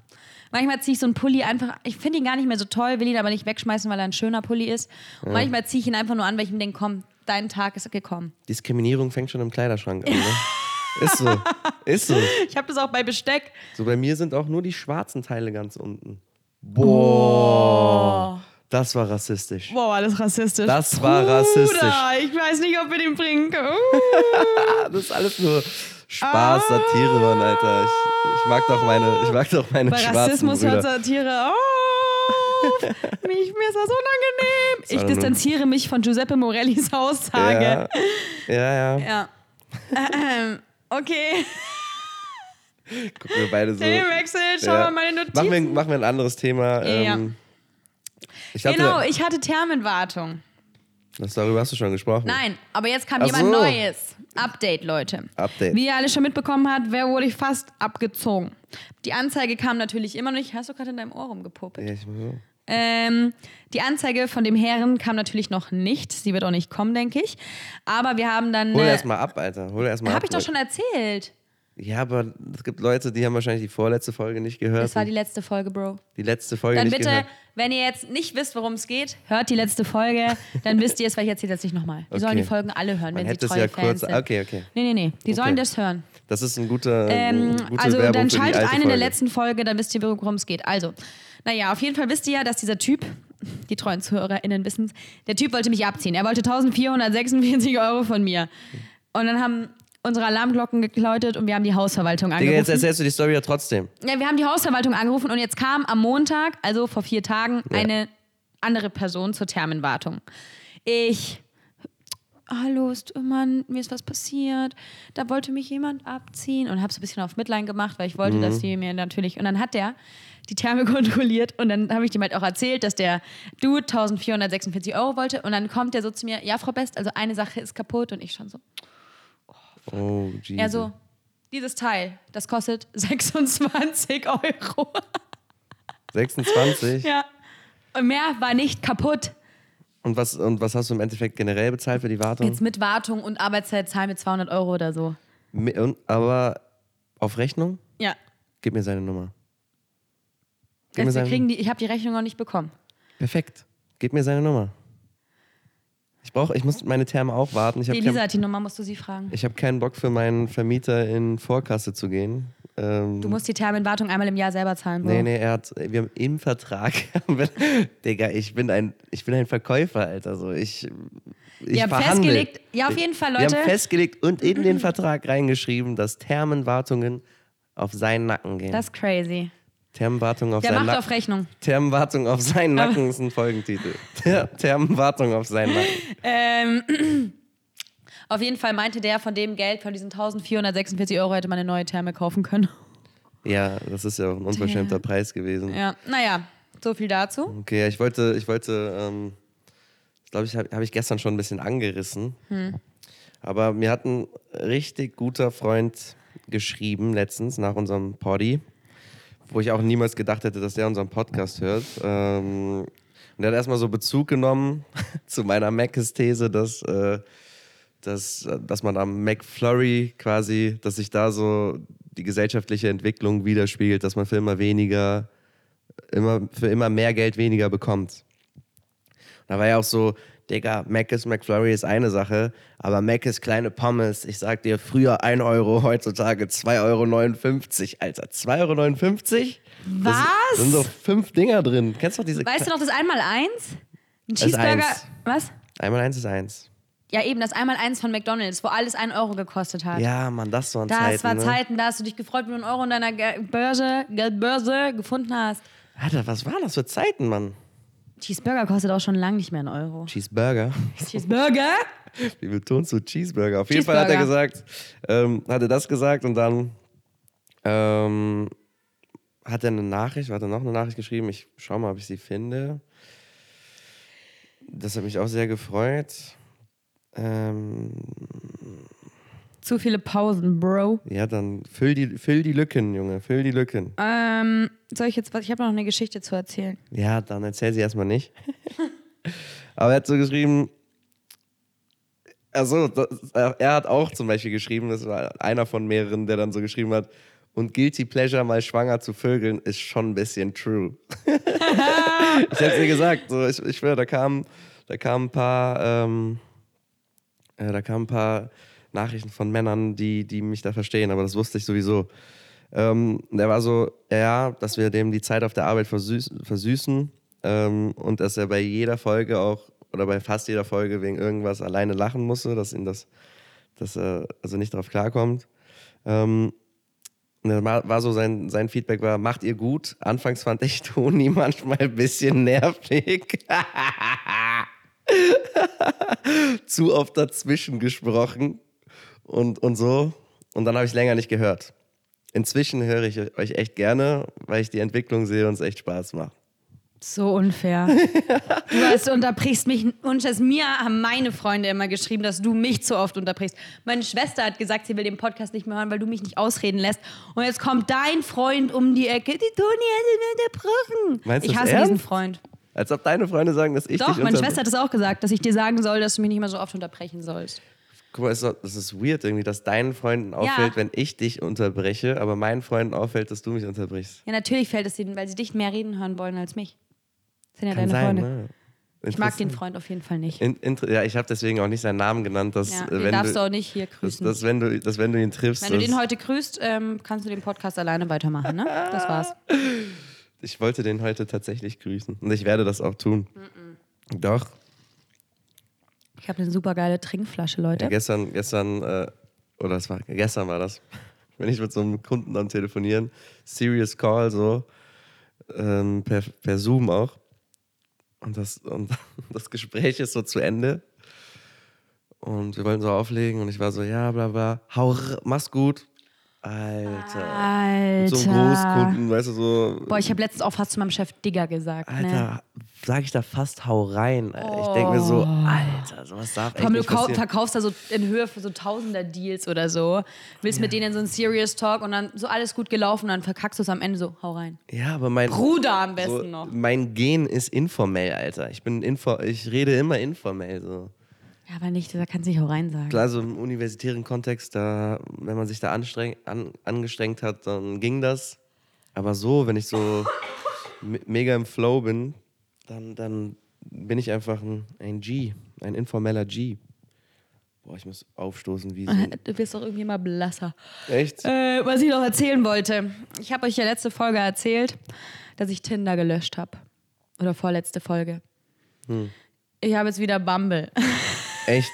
S2: Manchmal ziehe ich so einen Pulli einfach, ich finde ihn gar nicht mehr so toll, will ihn aber nicht wegschmeißen, weil er ein schöner Pulli ist. Und manchmal ziehe ich ihn einfach nur an, weil ich mir denke, komm, dein Tag ist gekommen.
S1: Diskriminierung fängt schon im Kleiderschrank an. Ne? Ist so, ist so.
S2: Ich habe das auch bei Besteck.
S1: So bei mir sind auch nur die schwarzen Teile ganz unten. Boah, das war rassistisch.
S2: Wow, alles rassistisch.
S1: Das war rassistisch.
S2: Ich weiß nicht, ob wir den bringen können. Uh,
S1: Ah, Das ist alles nur Spaß, Satire, Mann, Alter. Ich, ich mag doch meine, ich mag doch meine
S2: Bei
S1: schwarzen
S2: Rassismus
S1: Brüder.
S2: hört Satire auf. mich, mir ist das unangenehm. Ich
S1: war nur-
S2: distanziere mich von Giuseppe Morellis Aussage.
S1: Ja, ja. ja.
S2: Ja. Ahem. Okay,
S1: Gucken wir beide so.
S2: Themenwechsel, schau
S1: Ja.
S2: mal meine Notizen.
S1: Machen wir, machen wir ein anderes Thema.
S2: Ja.
S1: Ähm, ich hatte,
S2: genau, ich hatte Thermenwartung.
S1: das, darüber hast du schon gesprochen.
S2: Nein, aber jetzt kam
S1: Ach
S2: jemand
S1: so.
S2: Neues. Update, Leute.
S1: Update.
S2: Wie ihr alle schon mitbekommen habt, wer wurde ich fast abgezogen. Die Anzeige kam natürlich immer noch nicht. Hast du gerade in deinem Ohr rumgepuppelt?
S1: Ja, ich, so.
S2: Ähm, die Anzeige von dem Herren kam natürlich noch nicht. Sie wird auch nicht kommen, denke ich. Aber wir haben dann.
S1: Hol
S2: äh,
S1: erst mal ab, Alter. Hol erst mal ab.
S2: Habe ich doch
S1: Leute.
S2: schon erzählt.
S1: Ja, aber es gibt Leute, die haben wahrscheinlich die vorletzte Folge nicht gehört.
S2: Das war die letzte Folge, Bro.
S1: die letzte Folge
S2: Dann
S1: nicht
S2: bitte,
S1: gehört.
S2: wenn ihr jetzt nicht wisst, worum es geht, hört die letzte Folge. Dann wisst ihr es, weil ich erzähle es jetzt nicht nochmal. Die sollen
S1: Okay.
S2: die Folgen alle hören,
S1: Man
S2: wenn sie
S1: hätte es
S2: treue
S1: ja kurz.
S2: Fans sind.
S1: Okay, okay.
S2: Nee, nee, nee. Die sollen das hören.
S1: Das ist ein guter.
S2: Ähm,
S1: gute
S2: also
S1: Werbung
S2: dann
S1: für die
S2: schaltet
S1: alte
S2: ein in der
S1: Folge.
S2: letzten Folge, dann wisst ihr, worum es geht. Also, naja, auf jeden Fall wisst ihr ja, dass dieser Typ, die treuen ZuhörerInnen wissen der Typ wollte mich abziehen. Er wollte 1446 Euro von mir. Und dann haben unsere Alarmglocken geläutet und wir haben die Hausverwaltung
S1: Digga, jetzt
S2: angerufen.
S1: erzählst du die Story ja trotzdem.
S2: Ja, wir haben die Hausverwaltung angerufen und jetzt kam am Montag, also vor vier Tagen, eine andere Person zur Thermenwartung. Ich hallo, ist, oh Mann, mir ist was passiert. Da wollte mich jemand abziehen und habe so ein bisschen auf Mitleid gemacht, weil ich wollte, dass die mir natürlich. Und dann hat der die Therme kontrolliert und dann habe ich dem halt auch erzählt, dass der Dude 1446 Euro wollte und dann kommt der so zu mir, ja, Frau Best, also eine Sache ist kaputt und ich schon so,
S1: Oh, Jesus.
S2: er so, dieses Teil, das kostet 26 Euro.
S1: 26.
S2: Ja. Und mehr war nicht kaputt.
S1: Und, was, und was hast du im Endeffekt generell bezahlt für die Wartung?
S2: Jetzt mit Wartung und Arbeitszeit zahlen wir 200 Euro oder so.
S1: Mi- und- Aber auf Rechnung?
S2: Ja.
S1: Gib mir seine Nummer. Gib mir
S2: Also wir
S1: seine,
S2: kriegen die, ich habe die Rechnung noch nicht bekommen.
S1: perfekt. Gib mir seine Nummer. Ich brauche, ich muss meine Therme auch warten. Ich habe
S2: Elisa
S1: kein,
S2: hat die Nummer, musst du sie fragen.
S1: ich hab keinen Bock für meinen Vermieter in Vorkasse zu gehen. Ähm,
S2: Du musst die Thermenwartung einmal im Jahr selber zahlen. Bro.
S1: nee, nee, er hat, wir haben im Vertrag, haben wir- Digga, ich bin ein, ich bin ein Verkäufer, Alter, so ich, ich
S2: Wir haben
S1: verhandel.
S2: festgelegt, ja, auf jeden Fall, Leute.
S1: Wir haben festgelegt und in den Vertrag reingeschrieben, dass Thermenwartungen auf seinen Nacken gehen.
S2: Das ist crazy.
S1: Thermenwartung auf
S2: Der
S1: seinen
S2: macht
S1: Nacken.
S2: auf Rechnung.
S1: Thermenwartung auf seinen Nacken ist ein Folgentitel. Ther- Thermenwartung auf seinen Nacken.
S2: Auf jeden Fall meinte der, von dem Geld, von diesen 1446 Euro hätte man eine neue Therme kaufen können.
S1: Ja, das ist ja auch ein unverschämter Preis gewesen.
S2: Ja, naja, so viel dazu.
S1: Okay, ja, ich wollte, ich wollte, ähm, das glaube ich, habe hab ich gestern schon ein bisschen angerissen. Aber mir hat ein richtig guter Freund geschrieben letztens nach unserem Poddy, wo ich auch niemals gedacht hätte, dass der unseren Podcast hört. Ähm, und der hat erstmal so Bezug genommen zu meiner Mac-These, dass, äh, dass, dass man am McFlurry quasi, dass sich da so die gesellschaftliche Entwicklung widerspiegelt, dass man für immer weniger immer, für immer mehr Geld weniger bekommt. Und da war ja auch so, Digga, Mc's McFlurry ist eine Sache, aber Mc's kleine Pommes, ich sag dir, früher 1 Euro, heutzutage 2,59 Euro, Alter. 2,59 Euro?
S2: Was?
S1: Das sind so fünf Dinger drin. Kennst du noch diese...
S2: Weißt du noch das einmal eins? Ein
S1: ist
S2: Cheeseburger.
S1: eins.
S2: Was?
S1: Einmal eins ist eins.
S2: Ja, eben das einmal eins von McDonalds, wo alles 1 Euro gekostet hat.
S1: Ja, Mann, das waren
S2: das
S1: Zeiten.
S2: war
S1: ne?
S2: Zeiten, da hast du dich gefreut, wenn du einen Euro in deiner Ge- Börse, Geldbörse gefunden hast.
S1: Alter, was waren das für Zeiten, Mann?
S2: Cheeseburger kostet auch schon lange nicht mehr einen Euro.
S1: Cheeseburger.
S2: Cheeseburger?
S1: Wie betonst du Cheeseburger? Auf jeden Fall hat er
S2: Cheeseburger.
S1: gesagt, ähm, hat er das gesagt und dann ähm, hat er eine Nachricht, hat er noch eine Nachricht geschrieben. Ich schau mal, ob ich sie finde. Das hat mich auch sehr gefreut. Ähm,
S2: Zu viele Pausen, Bro.
S1: ja, dann füll die, füll die Lücken, Junge, füll die Lücken.
S2: Ähm, soll ich jetzt was? Ich habe noch eine Geschichte zu erzählen.
S1: Ja, dann erzähl sie erstmal nicht. Aber er hat so geschrieben. Also, er hat auch zum Beispiel geschrieben, das war einer von mehreren, der dann so geschrieben hat. Und Guilty Pleasure mal schwanger zu vögeln ist schon ein bisschen true. ich hab's dir gesagt, so, ich, ich schwöre, da kamen da kamen ein paar, ähm, äh, da kamen ein paar Nachrichten von Männern, die, die mich da verstehen, aber das wusste ich sowieso. Ähm, der war so, ja, dass wir dem die Zeit auf der Arbeit versüßen, versüßen ähm, und dass er bei jeder Folge auch oder bei fast jeder Folge wegen irgendwas alleine lachen musste, dass ihm das, dass er also nicht drauf klarkommt. Ähm, und dann war, war so sein, sein Feedback war, macht ihr gut. Anfangs fand ich Toni manchmal ein bisschen nervig. Zu oft dazwischen gesprochen und, und so. Und dann habe ich länger nicht gehört. Inzwischen höre ich euch echt gerne, weil ich die Entwicklung sehe und es echt Spaß macht.
S2: So unfair. du hast unterbrichst mich und es mir haben meine Freunde immer geschrieben, dass du mich zu oft unterbrichst. Meine Schwester hat gesagt, sie will den Podcast nicht mehr hören, weil du mich nicht ausreden lässt. Und jetzt kommt dein Freund um die Ecke. Die Toni hat ihn unterbrochen.
S1: Meinst du
S2: ich
S1: das
S2: hasse
S1: ernst?
S2: diesen Freund.
S1: Als ob deine Freunde sagen, dass ich
S2: Doch,
S1: dich
S2: meine
S1: unter-
S2: Schwester hat es auch gesagt, dass ich dir sagen soll, dass du mich nicht mehr so oft unterbrechen sollst.
S1: Guck mal, ist doch- das ist weird irgendwie, dass deinen Freunden auffällt, wenn ich dich unterbreche, aber meinen Freunden auffällt, dass du mich unterbrichst.
S2: Ja, natürlich fällt es ihnen, weil sie dich mehr reden hören wollen als mich. Das sind ja
S1: Kann
S2: deine
S1: sein,
S2: Freunde.
S1: ne?
S2: Ich mag den Freund auf jeden Fall nicht.
S1: In, inter- ja, ich habe deswegen auch nicht seinen Namen genannt, dass,
S2: Ja,
S1: äh,
S2: den
S1: wenn,
S2: darfst du
S1: du,
S2: auch nicht hier
S1: dass,
S2: grüßen.
S1: dass, wenn, du, dass wenn du ihn triffst,
S2: Wenn du
S1: dass-
S2: den heute grüßt, ähm, kannst du den Podcast alleine weitermachen, ne? Das war's.
S1: ich wollte den heute tatsächlich grüßen und ich werde das auch tun. Doch,
S2: Ich habe eine super geile Trinkflasche,
S1: Ja,
S2: Leute.
S1: gestern, gestern, äh, oder es war, gestern war das, wenn ich mit so einem Kunden am Telefonieren, Serious Call, so, ähm, per, per Zoom auch. Und das, und das Gespräch ist so zu Ende. Und wir wollten so auflegen und ich war so, ja, bla, bla, hau, r- mach's gut. Alter.
S2: Alter.
S1: So ein Großkunden, weißt du, so,
S2: Boah, ich habe letztens auch fast zu meinem Chef Digger gesagt, ne?
S1: Alter, sag ich da fast, hau rein. Ich denke mir so, Alter, sowas darf echt
S2: Oh. Komm, du
S1: nicht
S2: kau-
S1: passieren.
S2: verkaufst da so in Höhe für so Tausender Deals oder so, willst mit denen in so einen Serious Talk und dann so alles gut gelaufen und dann verkackst du es am Ende so, hau rein.
S1: Ja, aber mein
S2: Bruder am
S1: so,
S2: besten noch.
S1: Mein Gen ist informell, Alter. Ich bin info, ich rede immer informell so.
S2: Ja, aber nicht, da kannst du nicht hau rein sagen.
S1: Klar, so im universitären Kontext, da, wenn man sich da anstreng, an, angestrengt hat, dann ging das. Aber so, wenn ich so me- mega im Flow bin, dann, dann bin ich einfach ein, ein G, ein informeller G. Boah, ich muss aufstoßen wie so. ein-
S2: Du wirst doch irgendwie immer blasser.
S1: Echt?
S2: Äh, was ich noch erzählen wollte. Ich habe euch ja letzte Folge erzählt, dass ich Tinder gelöscht habe. Oder vorletzte Folge.
S1: Hm.
S2: Ich habe jetzt wieder Bumble.
S1: Echt?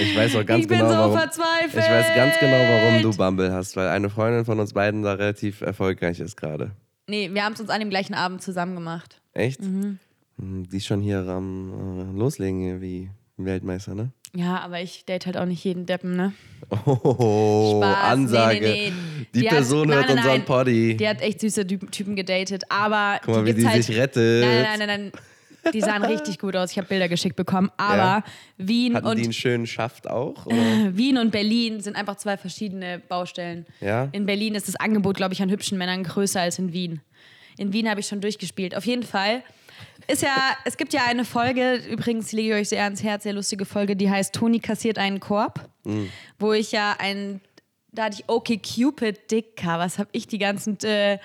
S1: Ich weiß auch ganz
S2: Ich bin
S1: genau,
S2: so
S1: warum.
S2: verzweifelt.
S1: Ich weiß ganz genau, warum du Bumble hast, weil eine Freundin von uns beiden da relativ erfolgreich ist gerade.
S2: Nee, wir haben es uns an dem gleichen Abend zusammen gemacht.
S1: Echt?
S2: Mhm.
S1: Hm, Die ist schon hier am äh, Loslegen hier wie Weltmeister, ne?
S2: Ja, aber ich date halt auch nicht jeden Deppen, ne?
S1: Oh,
S2: Spaß.
S1: Ansage.
S2: Nee, nee, nee.
S1: Die,
S2: Die hat-
S1: Person hört
S2: nein, nein,
S1: unseren
S2: nein.
S1: Poddy.
S2: Die hat echt süße Dü- Typen gedatet, aber
S1: Guck mal, wie
S2: gibt's
S1: die
S2: halt
S1: sich rettet.
S2: Nein, nein, nein, nein. nein. Die sahen richtig gut aus. Ich habe Bilder geschickt bekommen. Aber
S1: Ja.
S2: Wien,
S1: Hatten die
S2: und,
S1: einen schönen Schaft auch? Oder?
S2: Wien und Berlin sind einfach zwei verschiedene Baustellen.
S1: Ja.
S2: In Berlin ist das Angebot, glaube ich, an hübschen Männern größer als in Wien. In Wien habe ich schon durchgespielt. Auf jeden Fall. Ist ja, es gibt ja eine Folge, übrigens die lege ich euch sehr ans Herz, sehr lustige Folge, die heißt Toni kassiert einen Korb, wo ich ja ein, da hatte ich okay Cupid Dicker, was habe ich die ganzen äh,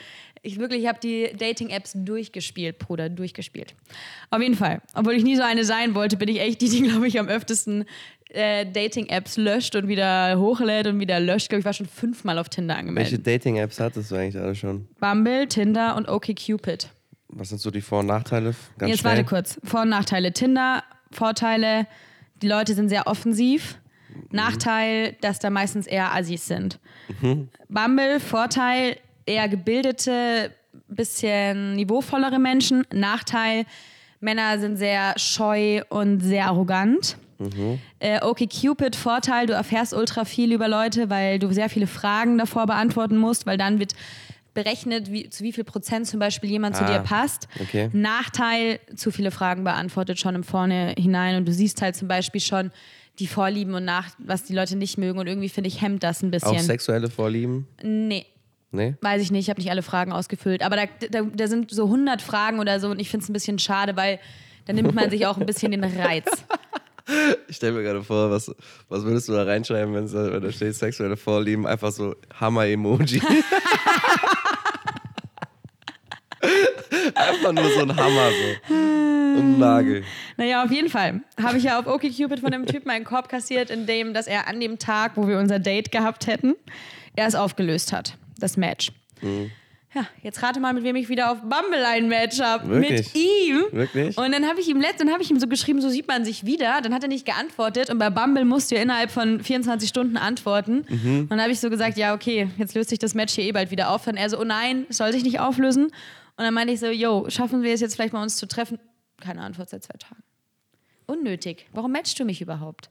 S2: ich wirklich, ich habe die Dating-Apps durchgespielt, Bruder, durchgespielt. Auf jeden Fall. Obwohl ich nie so eine sein wollte, bin ich echt die, die, glaube ich, am öftesten äh, Dating-Apps löscht und wieder hochlädt und wieder löscht. Ich glaube, ich war schon fünfmal auf Tinder
S1: Welche
S2: angemeldet.
S1: Dating-Apps hattest du eigentlich alle schon?
S2: Bumble, Tinder und OkCupid.
S1: Was sind so die Vor- und Nachteile? Ganz
S2: Jetzt
S1: schnell.
S2: warte kurz. Vor- und Nachteile. Tinder, Vorteile, die Leute sind sehr offensiv. Nachteil, dass da meistens eher Assis sind.
S1: Mhm.
S2: Bumble, Vorteil, eher gebildete, bisschen niveauvollere Menschen. Nachteil, Männer sind sehr scheu und sehr arrogant.
S1: Mhm.
S2: Äh, okay, Cupid, Vorteil, du erfährst ultra viel über Leute, weil du sehr viele Fragen davor beantworten musst, weil dann wird berechnet, wie, zu wie viel Prozent zum Beispiel jemand zu
S1: Ah,
S2: dir passt.
S1: okay.
S2: Nachteil, zu viele Fragen beantwortet schon im Vorne hinein und du siehst halt zum Beispiel schon die Vorlieben und nach, was die Leute nicht mögen und irgendwie finde ich hemmt das ein
S1: Auch
S2: bisschen.
S1: sexuelle Vorlieben?
S2: Nee,
S1: Nee?
S2: weiß ich nicht, ich habe nicht alle Fragen ausgefüllt, aber da, da, da sind so 100 Fragen oder so und ich finde es ein bisschen schade, weil da nimmt man sich auch ein bisschen den Reiz.
S1: Ich stelle mir gerade vor, was, was würdest du da reinschreiben, wenn's da- wenn da steht sexuelle Vorlieben? Einfach so Hammer-Emoji. Einfach nur so ein Hammer so. Und ein Nagel.
S2: Naja, auf jeden Fall habe ich ja auf OkCupid von einem Typen einen Korb kassiert, in dem, dass er an dem Tag, wo wir unser Date gehabt hätten, er es aufgelöst hat, das Match. Ja, jetzt rate mal, mit wem ich wieder auf Bumble ein Match habe. Mit
S1: Wirklich?
S2: ihm.
S1: Wirklich?
S2: Und dann habe ich ihm letztens habe ich ihm so geschrieben, so sieht man sich wieder. Dann hat er nicht geantwortet und bei Bumble musst du ja innerhalb von 24 Stunden antworten. Und dann habe ich so gesagt, ja okay, jetzt löst sich das Match hier eh bald wieder auf. Dann er so, oh nein, es soll sich nicht auflösen. Und dann meinte ich so, yo, schaffen wir es jetzt vielleicht mal uns zu treffen? Keine Antwort seit zwei Tagen. Unnötig. Warum matchst du mich überhaupt?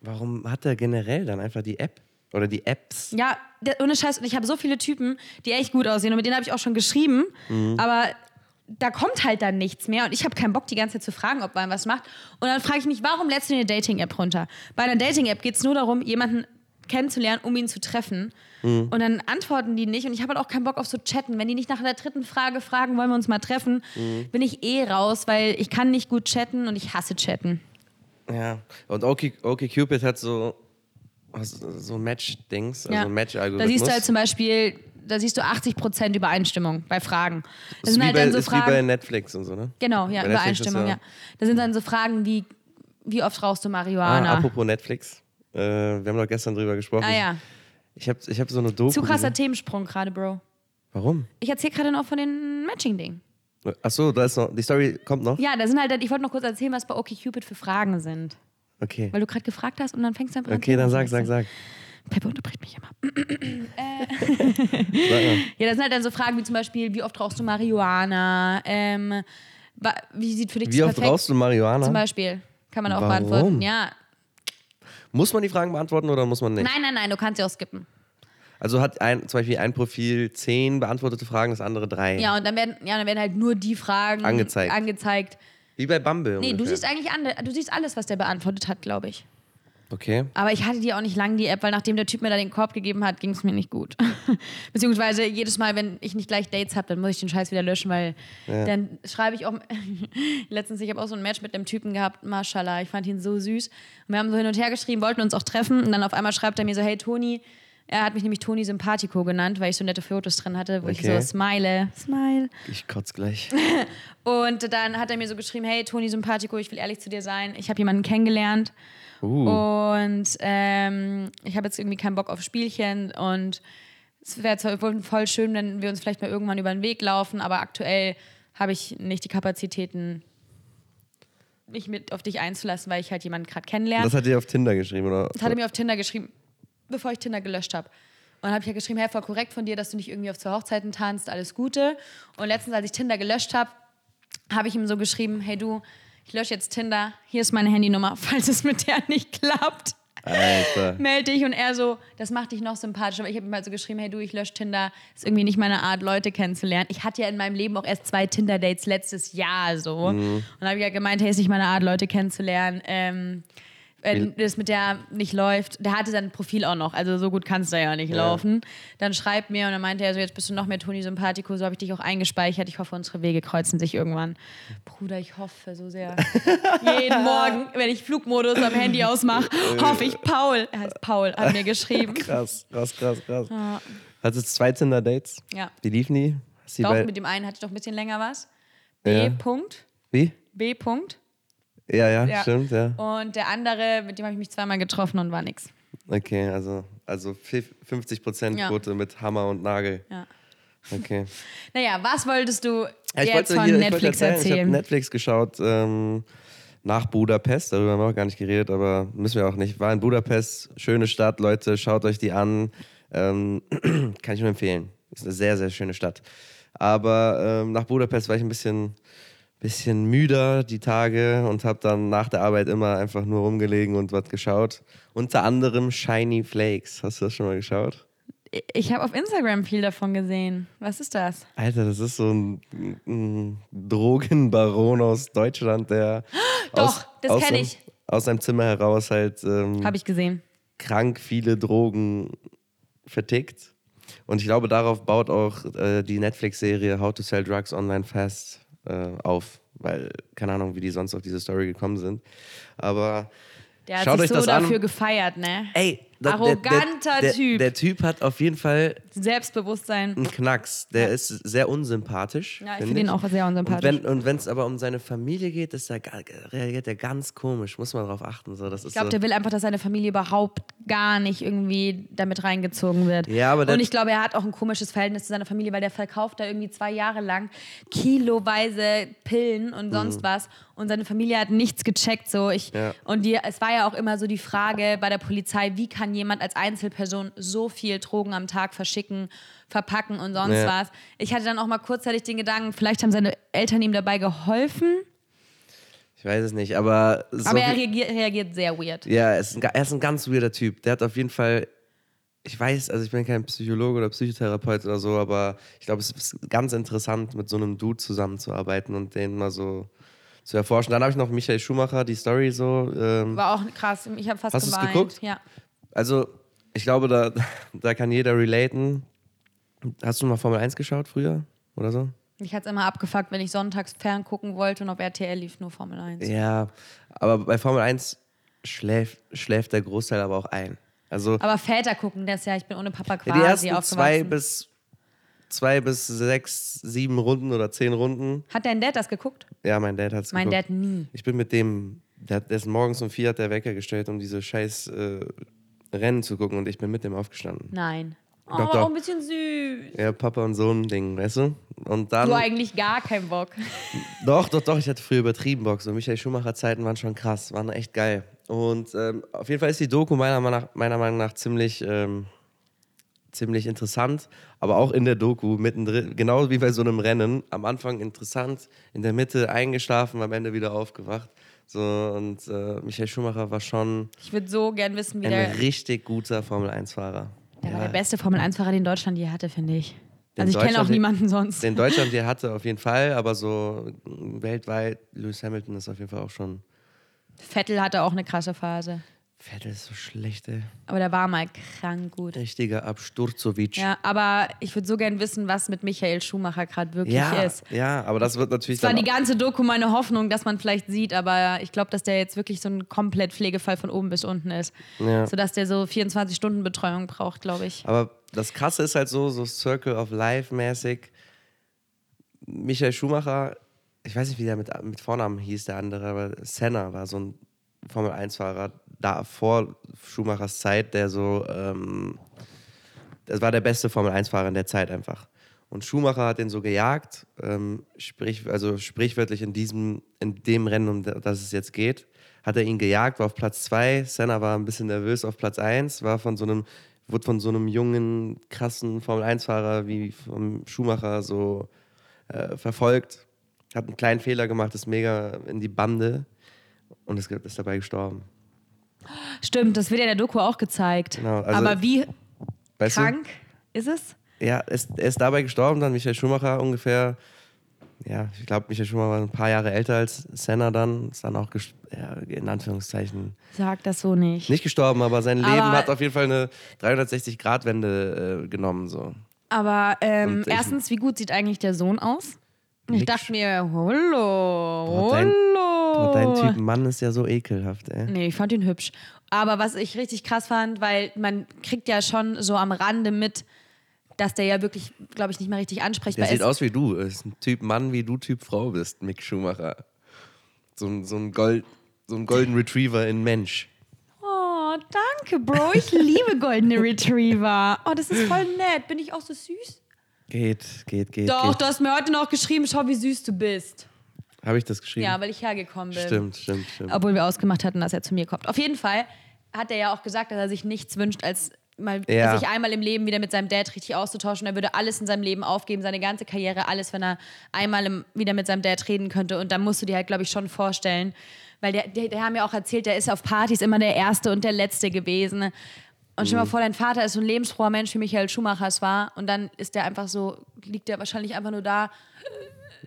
S1: Warum hat er generell dann einfach die App? Oder die Apps?
S2: Ja, der, ohne Scheiß. Und ich habe so viele Typen, die echt gut aussehen. Und mit denen habe ich auch schon geschrieben. Aber da kommt halt dann nichts mehr. Und ich habe keinen Bock, die ganze Zeit zu fragen, ob man was macht. Und dann frage ich mich, warum lädst du eine Dating-App runter? Bei einer Dating-App geht es nur darum, jemanden kennenzulernen, um ihn zu treffen. Und dann antworten die nicht. Und ich habe halt auch keinen Bock auf so Chatten. Wenn die nicht nach der dritten Frage fragen, wollen wir uns mal treffen, bin ich eh raus, weil ich kann nicht gut chatten und ich hasse chatten.
S1: Ja. Und OK, Cupid hat so, was- so Match-Dings, also
S2: Ja.
S1: ein
S2: Da
S1: Match-Algorithmus.
S2: siehst du halt zum Beispiel, da siehst du 80% Übereinstimmung bei Fragen. Das
S1: ist
S2: sind
S1: wie,
S2: halt
S1: bei,
S2: dann so
S1: ist wie bei
S2: Fragen.
S1: Netflix und so, ne?
S2: Genau, ja,
S1: bei Netflix ist
S2: Übereinstimmung,
S1: ja-
S2: ja. Da sind dann so Fragen wie, wie oft rauchst du
S1: Ah,
S2: Marihuana?
S1: apropos Netflix. Äh, wir haben doch gestern drüber gesprochen.
S2: Ah, ja.
S1: Ich habe ich hab so eine Doku.
S2: Zu krasser
S1: gesehen.
S2: Themensprung gerade, Bro.
S1: Warum?
S2: Ich erzähle gerade noch von den Matching-Dingen.
S1: Achso, da ist noch. Die Story kommt noch?
S2: Ja, da sind halt, ich wollte noch kurz erzählen, was bei OkCupid für Fragen sind.
S1: Okay.
S2: Weil du gerade gefragt hast und dann fängst du einfach an.
S1: Okay, dann sag, sag, sag.
S2: Peppe unterbricht mich immer.
S1: sag mal.
S2: Ja, das sind halt dann so Fragen wie zum Beispiel, wie oft rauchst du Marihuana? Ähm, wa- wie sieht für dich
S1: Wie
S2: das
S1: oft
S2: perfekt?
S1: rauchst du
S2: Zum
S1: Marihuana?
S2: Beispiel. Kann man auch
S1: Warum?
S2: beantworten. Ja,
S1: Muss man die Fragen beantworten oder muss man nicht?
S2: Nein, nein, nein, du kannst sie auch skippen.
S1: Also hat ein, zum Beispiel ein Profil zehn beantwortete Fragen, das andere drei.
S2: Ja, und dann werden, ja, dann werden halt nur die Fragen
S1: Angezeigt.
S2: angezeigt.
S1: Wie bei Bumble.
S2: Nee,
S1: ungefähr.
S2: du siehst eigentlich ande, du siehst alles, was der beantwortet hat, glaube ich.
S1: Okay.
S2: Aber ich hatte die auch nicht lang, die App, weil nachdem der Typ mir da den Korb gegeben hat, ging es mir nicht gut. Beziehungsweise jedes Mal, wenn ich nicht gleich Dates habe, dann muss ich den Scheiß wieder löschen, weil dann schreibe ich auch. Letztens, ich habe auch so ein Match mit einem Typen gehabt, Mashallah, ich fand ihn so süß. Und wir haben so hin und her geschrieben, wollten uns auch treffen und dann auf einmal schreibt er mir so, hey Toni, er hat mich nämlich Toni Sympathico genannt, weil ich so nette Fotos drin hatte, wo
S1: Okay.
S2: ich so smile, smile.
S1: Ich kotz gleich.
S2: Und dann hat er mir so geschrieben, hey Toni Sympathico, ich will ehrlich zu dir sein, ich habe jemanden kennengelernt
S1: Uh.
S2: und ähm, ich habe jetzt irgendwie keinen Bock auf Spielchen und es wäre zwar wohl voll schön, wenn wir uns vielleicht mal irgendwann über den Weg laufen, aber aktuell habe ich nicht die Kapazitäten, mich mit auf dich einzulassen, weil ich halt jemanden gerade kennenlerne.
S1: Das hat dir auf Tinder geschrieben, oder?
S2: Das hat er mir auf Tinder geschrieben, bevor ich Tinder gelöscht habe. Und dann habe ich ja geschrieben, Herr, voll korrekt von dir, dass du nicht irgendwie auf zwei Hochzeiten tanzt, alles Gute. Und letztens, als ich Tinder gelöscht habe, habe ich ihm so geschrieben, hey du, ich lösche jetzt Tinder, hier ist meine Handynummer, falls es mit der nicht klappt,
S1: Alter.
S2: melde dich. Und er so, das macht dich noch sympathischer. Aber ich habe ihm halt so geschrieben, hey du, ich lösche Tinder, ist irgendwie nicht meine Art, Leute kennenzulernen. Ich hatte ja in meinem Leben auch erst zwei Tinder-Dates letztes Jahr so. Und dann habe ich ja gemeint, hey, ist nicht meine Art, Leute kennenzulernen. Ähm, wenn das mit der nicht läuft, der hatte sein Profil auch noch, also so gut kannst du ja nicht laufen. Dann schreibt mir und dann meinte er so, jetzt bist du noch mehr Toni Sympathico, so habe ich dich auch eingespeichert. Ich hoffe, unsere Wege kreuzen sich irgendwann. Bruder, ich hoffe so sehr. Jeden Morgen, wenn ich Flugmodus am Handy ausmache, hoffe ich Paul. Er heißt Paul, hat mir geschrieben.
S1: Krass, krass, krass, krass. Hattest du zwei Tinder-Dates?
S2: Ja.
S1: Wie liefen die? Ist die
S2: doch,
S1: bei-
S2: mit E dem einen hatte ich doch ein bisschen länger was. B.
S1: Ja.
S2: Punkt.
S1: Wie?
S2: B. Punkt.
S1: Ja, ja,
S2: Ja.
S1: stimmt, ja.
S2: Und der andere, mit dem habe ich mich zweimal getroffen und war nix.
S1: Okay, also, also 50%
S2: Ja.
S1: Quote mit Hammer und Nagel.
S2: Ja.
S1: Okay.
S2: Naja, was wolltest du
S1: Ja, ich
S2: jetzt
S1: wollte
S2: von
S1: hier, ich
S2: Netflix
S1: wollte erzählen, Ich habe
S2: erzählen?
S1: Netflix geschaut ähm, nach Budapest. Darüber haben wir auch gar nicht geredet, aber müssen wir auch nicht. War in Budapest, schöne Stadt, Leute, schaut euch die an. Ähm, kann ich nur empfehlen. Ist eine sehr, sehr schöne Stadt. Aber ähm, nach Budapest war ich ein bisschen, bisschen müder die Tage und habe dann nach der Arbeit immer einfach nur rumgelegen und was geschaut. Unter anderem Shiny Flakes. Hast du das schon mal geschaut?
S2: Ich habe auf Instagram viel davon gesehen. Was ist das?
S1: Alter, das ist so ein, ein Drogenbaron aus Deutschland, der
S2: Doch,
S1: aus,
S2: das
S1: aus
S2: kenn
S1: seinem-
S2: ich.
S1: Aus seinem Zimmer heraus halt ähm,
S2: Habe ich gesehen.
S1: krank viele Drogen vertickt. Und ich glaube, darauf baut auch äh, die Netflix-Serie How to Sell Drugs Online Fast äh, auf. Weil, keine Ahnung, wie die sonst auf diese Story gekommen sind. Aber
S2: Der hat
S1: Schaut
S2: sich
S1: euch
S2: so
S1: das an.
S2: dafür gefeiert, ne?
S1: ey,
S2: Arroganter
S1: der, der,
S2: Typ.
S1: Der Typ hat auf jeden Fall
S2: Selbstbewusstsein.
S1: ein Knacks. Der ist sehr unsympathisch.
S2: Ja, ich
S1: find
S2: finde ihn auch sehr unsympathisch.
S1: Und wenn es aber um seine Familie geht, ist er, ga- reagiert er ganz komisch. Muss man drauf achten. So, das ist
S2: Ich glaube,
S1: so.
S2: der will einfach, dass seine Familie überhaupt gar nicht irgendwie damit reingezogen wird.
S1: Ja, aber das-
S2: Und ich glaube, er hat auch ein komisches Verhältnis zu seiner Familie, weil der verkauft da irgendwie zwei Jahre lang kiloweise Pillen und sonst was. Und seine Familie hat nichts gecheckt. So. Ich,
S1: Mhm. Ja.
S2: Und die, es war ja auch immer so die Frage bei der Polizei, wie kann jemand als Einzelperson so viel Drogen am Tag verschicken, verpacken und sonst
S1: Ja.
S2: was. Ich hatte dann auch mal kurzzeitig den Gedanken, vielleicht haben seine Eltern ihm dabei geholfen,
S1: ich weiß es nicht, aber. So
S2: aber er
S1: wie-
S2: reagiert, reagiert sehr weird.
S1: ja, er ist, ein, ga- er ist ein ganz weirder Typ. Der hat auf jeden Fall. Ich weiß, also ich bin kein Psychologe oder Psychotherapeut oder so, aber ich glaube, es ist ganz interessant, mit so einem Dude zusammenzuarbeiten und den mal so zu erforschen. Dann habe ich noch Michael Schumacher, die Story so. Ähm,
S2: War auch krass. Ich habe fast
S1: Hast du's
S2: geweint.
S1: geguckt?
S2: Ja.
S1: Also, ich glaube, da, da kann jeder relaten. Hast du mal Formel 1 geschaut früher oder so?
S2: Mich hat es immer abgefuckt, wenn ich sonntags ferngucken wollte und auf RTL lief nur Formel 1.
S1: Ja, aber bei Formel 1 schläft, schläft der Großteil aber auch ein. Also,
S2: Aber Väter gucken das ja, ich bin ohne Papa
S1: ja,
S2: quasi
S1: die ersten
S2: aufgewachsen.
S1: zwei bis, zwei bis sechs, sieben Runden oder zehn Runden.
S2: hat dein Dad das geguckt?
S1: Ja, mein Dad hat es
S2: Mein
S1: geguckt.
S2: Dad nie.
S1: Ich bin mit dem, der, hat- der ist morgens um vier hat der Wecker gestellt, um diese scheiß äh, Rennen zu gucken und ich bin mit dem aufgestanden.
S2: Nein. Oh,
S1: Doch,
S2: aber
S1: doch.
S2: auch ein bisschen süß.
S1: Ja, Papa und Sohn-Ding, weißt du? Und dann.
S2: Du eigentlich gar keinen Bock.
S1: Doch, doch, doch, ich hatte früher übertrieben Bock. So Michael Schumacher Zeiten waren schon krass, waren echt geil. Und ähm, auf jeden Fall ist die Doku meiner Meinung nach, meiner Meinung nach ziemlich, ähm, ziemlich interessant, aber auch in der Doku mittendrin, genau wie bei so einem Rennen, am Anfang interessant, in der Mitte eingeschlafen, am Ende wieder aufgewacht. So, und äh, Michael Schumacher war schon
S2: Ich würde so gern wissen, wie
S1: ein
S2: der.
S1: richtig guter Formel-1-Fahrer.
S2: Der war der beste Formel 1-Fahrer, den Deutschland je hatte, finde ich.
S1: Den
S2: also ich kenne auch
S1: Deutschland-
S2: niemanden sonst.
S1: Den Deutschland, der hatte auf jeden Fall, aber so mm, weltweit, Lewis Hamilton ist auf jeden Fall auch schon.
S2: Vettel hatte auch eine krasse Phase.
S1: Vettel ist so schlecht, ey.
S2: Aber der war mal krank gut.
S1: Richtiger Absturzowitsch.
S2: Ja, aber ich würde so gern wissen, was mit Michael Schumacher gerade wirklich
S1: ja,
S2: ist.
S1: ja, aber das wird natürlich
S2: Es war
S1: dann
S2: die ganze Doku meine Hoffnung, dass man vielleicht sieht, aber ich glaube, dass der jetzt wirklich so ein komplett Pflegefall von oben bis unten ist.
S1: Ja.
S2: Sodass der so 24 Stunden Betreuung braucht, glaube ich.
S1: Aber das Krasse ist halt so, so Circle of Life mäßig. Michael Schumacher, ich weiß nicht, wie der mit, mit Vornamen hieß, der andere, aber Senna war so ein Formel-1-Fahrer da vor Schumachers Zeit, der so, ähm, das war der beste Formel-1-Fahrer in der Zeit einfach. Und Schumacher hat den so gejagt, ähm, sprich, also sprichwörtlich in diesem, in dem Rennen, um das es jetzt geht, hat er ihn gejagt, war auf Platz 2, Senna war ein bisschen nervös auf Platz 1, war von so einem, wurde von so einem jungen, krassen Formel-1-Fahrer wie vom Schumacher so äh, verfolgt, hat einen kleinen Fehler gemacht, ist mega in die Bande und ist, ist dabei gestorben.
S2: Stimmt, das wird ja in der Doku auch gezeigt.
S1: Genau, also-
S2: aber wie
S1: Weißt du?
S2: krank ist es?
S1: Ja, ist, er ist dabei gestorben, dann Michael Schumacher ungefähr. Ja, ich glaube, Michael Schumacher war ein paar Jahre älter als Senna dann. Ist dann auch, ges- ja, in Anführungszeichen,
S2: Sag das so nicht.
S1: nicht gestorben, aber sein
S2: Aber-
S1: Leben hat auf jeden Fall eine 360-Grad-Wende äh, genommen. So.
S2: Aber ähm,
S1: Und ich-
S2: erstens, wie gut sieht eigentlich der Sohn aus? Ich
S1: Nix.
S2: dachte mir, hallo,
S1: Boah, dein- Boah, dein
S2: hallo.
S1: Typ Mann ist ja so ekelhaft, ey.
S2: Nee, ich fand ihn hübsch. Aber was ich richtig krass fand, weil man kriegt ja schon so am Rande mit, dass der ja wirklich, glaube ich, nicht mehr richtig ansprechbar
S1: Der sieht
S2: ist.
S1: aus wie du. Ist ein Typ Mann, wie du Typ Frau bist, Mick Schumacher. So ein, so ein, Gold, so ein Golden Retriever in Mensch.
S2: Oh, danke, Bro. Ich liebe goldene Retriever. Oh, das ist voll nett. Bin ich auch so süß?
S1: Geht, geht, geht.
S2: Doch,
S1: geht.
S2: du hast mir heute noch geschrieben, schau, wie süß du bist.
S1: Habe ich das geschrieben?
S2: Ja, weil ich hergekommen bin.
S1: stimmt, stimmt, stimmt.
S2: Obwohl wir ausgemacht hatten, dass er zu mir kommt. Auf jeden Fall hat er ja auch gesagt, dass er sich nichts wünscht, als mal,
S1: Ja.
S2: sich einmal im Leben wieder mit seinem Dad richtig auszutauschen. Er würde alles in seinem Leben aufgeben, seine ganze Karriere, alles, wenn er einmal im, wieder mit seinem Dad reden könnte. Und da musst du dir halt, glaube ich, schon vorstellen, weil der, der, der haben ja auch erzählt, der ist auf Partys immer der Erste und der Letzte gewesen. Und stell dir mal
S1: Mhm.
S2: vor, dein Vater ist so ein lebensfroher Mensch, wie Michael Schumacher es war. Und dann ist der einfach so, liegt der wahrscheinlich einfach nur da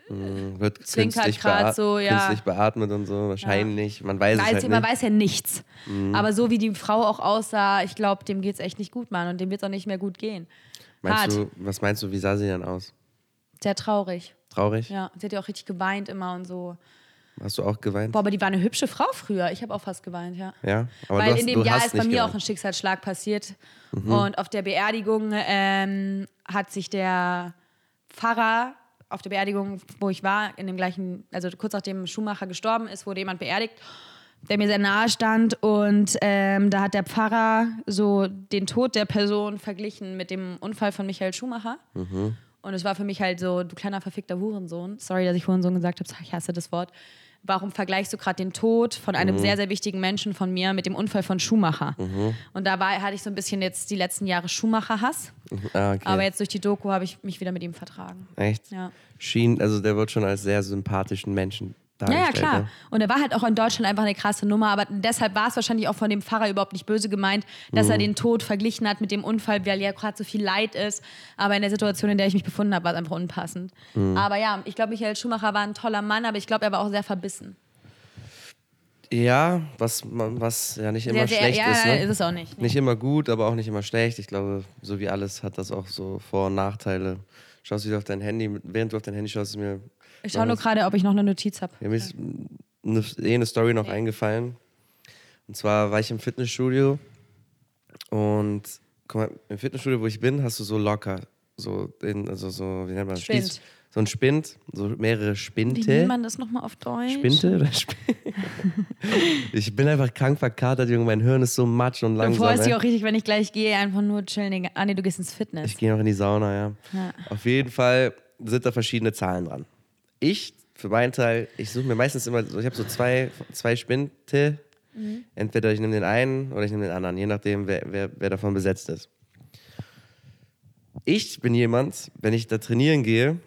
S1: Wird
S2: zwinkert
S1: künstlich,
S2: grad
S1: beat
S2: so, ja.
S1: künstlich beatmet und so, wahrscheinlich. Man weiß es
S2: Weil
S1: halt
S2: man
S1: nicht. Mhm.
S2: weiß ja nichts. Aber so wie die Frau auch aussah, ich glaube, dem geht es echt nicht gut, Mann. Und dem wird es auch nicht mehr gut gehen. Hart.
S1: Meinst du, was meinst du, wie sah sie denn aus?
S2: Sehr traurig.
S1: Traurig?
S2: Ja, sie hat ja auch richtig geweint immer und so.
S1: Hast du auch geweint?
S2: Boah, aber die war eine hübsche Frau früher. Ich habe auch fast geweint, ja.
S1: Ja, aber
S2: Weil
S1: du hast,
S2: in
S1: du
S2: dem Jahr
S1: hast
S2: ist bei
S1: nicht Mhm.
S2: mir
S1: geweint.
S2: auch ein Schicksalsschlag passiert. Und auf der Beerdigung ähm, hat sich der Pfarrer auf der Beerdigung, wo ich war, in dem gleichen, also kurz nachdem Schumacher gestorben ist, wurde jemand beerdigt, der mir sehr nahe stand. Und ähm, da hat der Pfarrer so den Tod der Person verglichen mit dem Unfall von Michael Schumacher. Und es war für mich halt so, du kleiner verfickter Hurensohn. Sorry, dass ich Hurensohn gesagt habe, ich hasse das Wort. Warum vergleichst du gerade den Tod von einem sehr, sehr wichtigen Menschen von mir mit dem Unfall von Schumacher? Und da war, hatte ich so ein bisschen jetzt die letzten Jahre Schumacher-Hass.
S1: Ah, okay.
S2: Aber jetzt durch die Doku habe ich mich wieder mit ihm vertragen.
S1: Echt?
S2: Ja.
S1: Schien, also der wird schon als sehr sympathischen Menschen
S2: Ja,
S1: dargestellt.
S2: ja, klar.
S1: ne?
S2: Und er war halt auch in Deutschland einfach eine krasse Nummer, aber deshalb war es wahrscheinlich auch von dem Pfarrer überhaupt nicht böse gemeint, dass
S1: Mhm.
S2: er den Tod verglichen hat mit dem Unfall, weil ja gerade so viel Leid ist. Aber in der Situation, in der ich mich befunden habe, war es einfach unpassend.
S1: Mhm.
S2: Aber ja, ich glaube, Michael Schumacher war ein toller Mann, aber ich glaube, er war auch sehr verbissen.
S1: Ja, was, man- was ja nicht immer
S2: sehr,
S1: schlecht
S2: ja,
S1: ist. Ne?
S2: ist es auch nicht.
S1: Nicht immer gut, aber auch nicht immer schlecht. Ich glaube, so wie alles hat das auch so Vor- und Nachteile. Schaust du wieder auf dein Handy, während du auf dein Handy schaust, ist mir,
S2: Ich schaue nur gerade, ob ich noch eine Notiz habe.
S1: ja, mir ist eine, eh eine Story noch eingefallen. Und zwar war ich im Fitnessstudio und guck mal, im Fitnessstudio, wo ich bin, hast du so locker, so, in, also so, wie nennt man das?
S2: Spind.
S1: Spieß- So ein Spind, so mehrere Spinte.
S2: Wie nennt man das nochmal auf Deutsch?
S1: Spinte oder Spinte? ich bin einfach krank verkatert, Junge. Mein Hirn ist so matsch und langsam. ne?
S2: Bevor es
S1: ey.
S2: dir auch richtig, wenn ich gleich gehe, einfach nur chillen. Ah, nee, du gehst ins Fitness.
S1: Ich gehe noch in die Sauna, ja.
S2: Ja.
S1: Auf jeden Fall sind da verschiedene Zahlen dran. Ich, für meinen Teil, ich suche mir meistens immer, so- ich habe so zwei, zwei Spinte. Entweder ich nehme den einen oder ich nehme den anderen, je nachdem, wer, wer, wer davon besetzt ist. Ich bin jemand, wenn ich da trainieren gehe,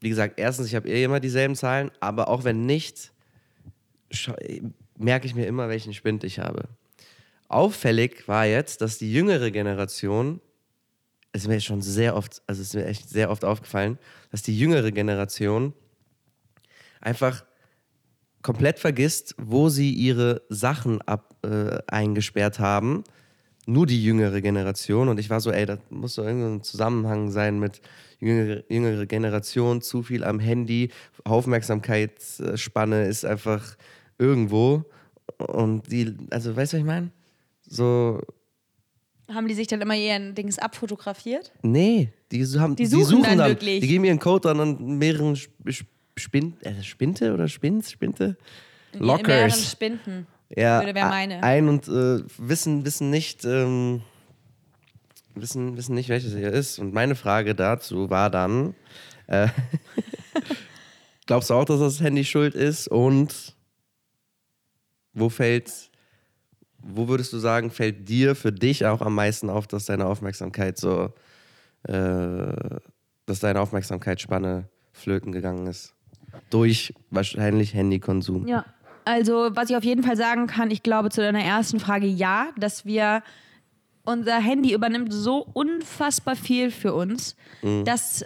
S1: wie gesagt, erstens, ich habe eh immer dieselben Zahlen, aber auch wenn nicht, scha- merke ich mir immer, welchen Spind ich habe. Auffällig war jetzt, dass die jüngere Generation es ist mir schon sehr oft, also es ist mir echt sehr oft aufgefallen, dass die jüngere Generation einfach komplett vergisst, wo sie ihre Sachen ab, äh, eingesperrt haben. Nur die jüngere Generation. Und ich war so, ey, das muss doch irgendein Zusammenhang sein mit jüngere, jüngere Generation, zu viel am Handy, Aufmerksamkeitsspanne ist einfach irgendwo. Und die, also weißt du, was ich meine? So,
S2: Haben die sich dann immer ihren Dings abfotografiert?
S1: Nee, die so haben
S2: Die suchen dann wirklich.
S1: Die geben ihren Code dann an mehreren Sp Sp Spin äh, Spinte oder Spins, Spinte?
S2: In mehreren
S1: Lockers.
S2: Spinden.
S1: Ja,
S2: würde wer
S1: a-
S2: meine.
S1: Ein und äh, wissen, wissen nicht, ähm, wissen, wissen nicht, welches hier ist. Und meine Frage dazu war dann: äh, Glaubst du auch, dass das Handy schuld ist? Und wo fällt, wo würdest du sagen, fällt dir für dich auch am meisten auf, dass deine Aufmerksamkeit so, äh, dass deine Aufmerksamkeitsspanne flöten gegangen ist? Durch wahrscheinlich Handykonsum.
S2: Ja. Also, was ich auf jeden Fall sagen kann, ich glaube zu deiner ersten Frage ja, dass wir unser Handy übernimmt so unfassbar viel für uns,
S1: Mhm.
S2: dass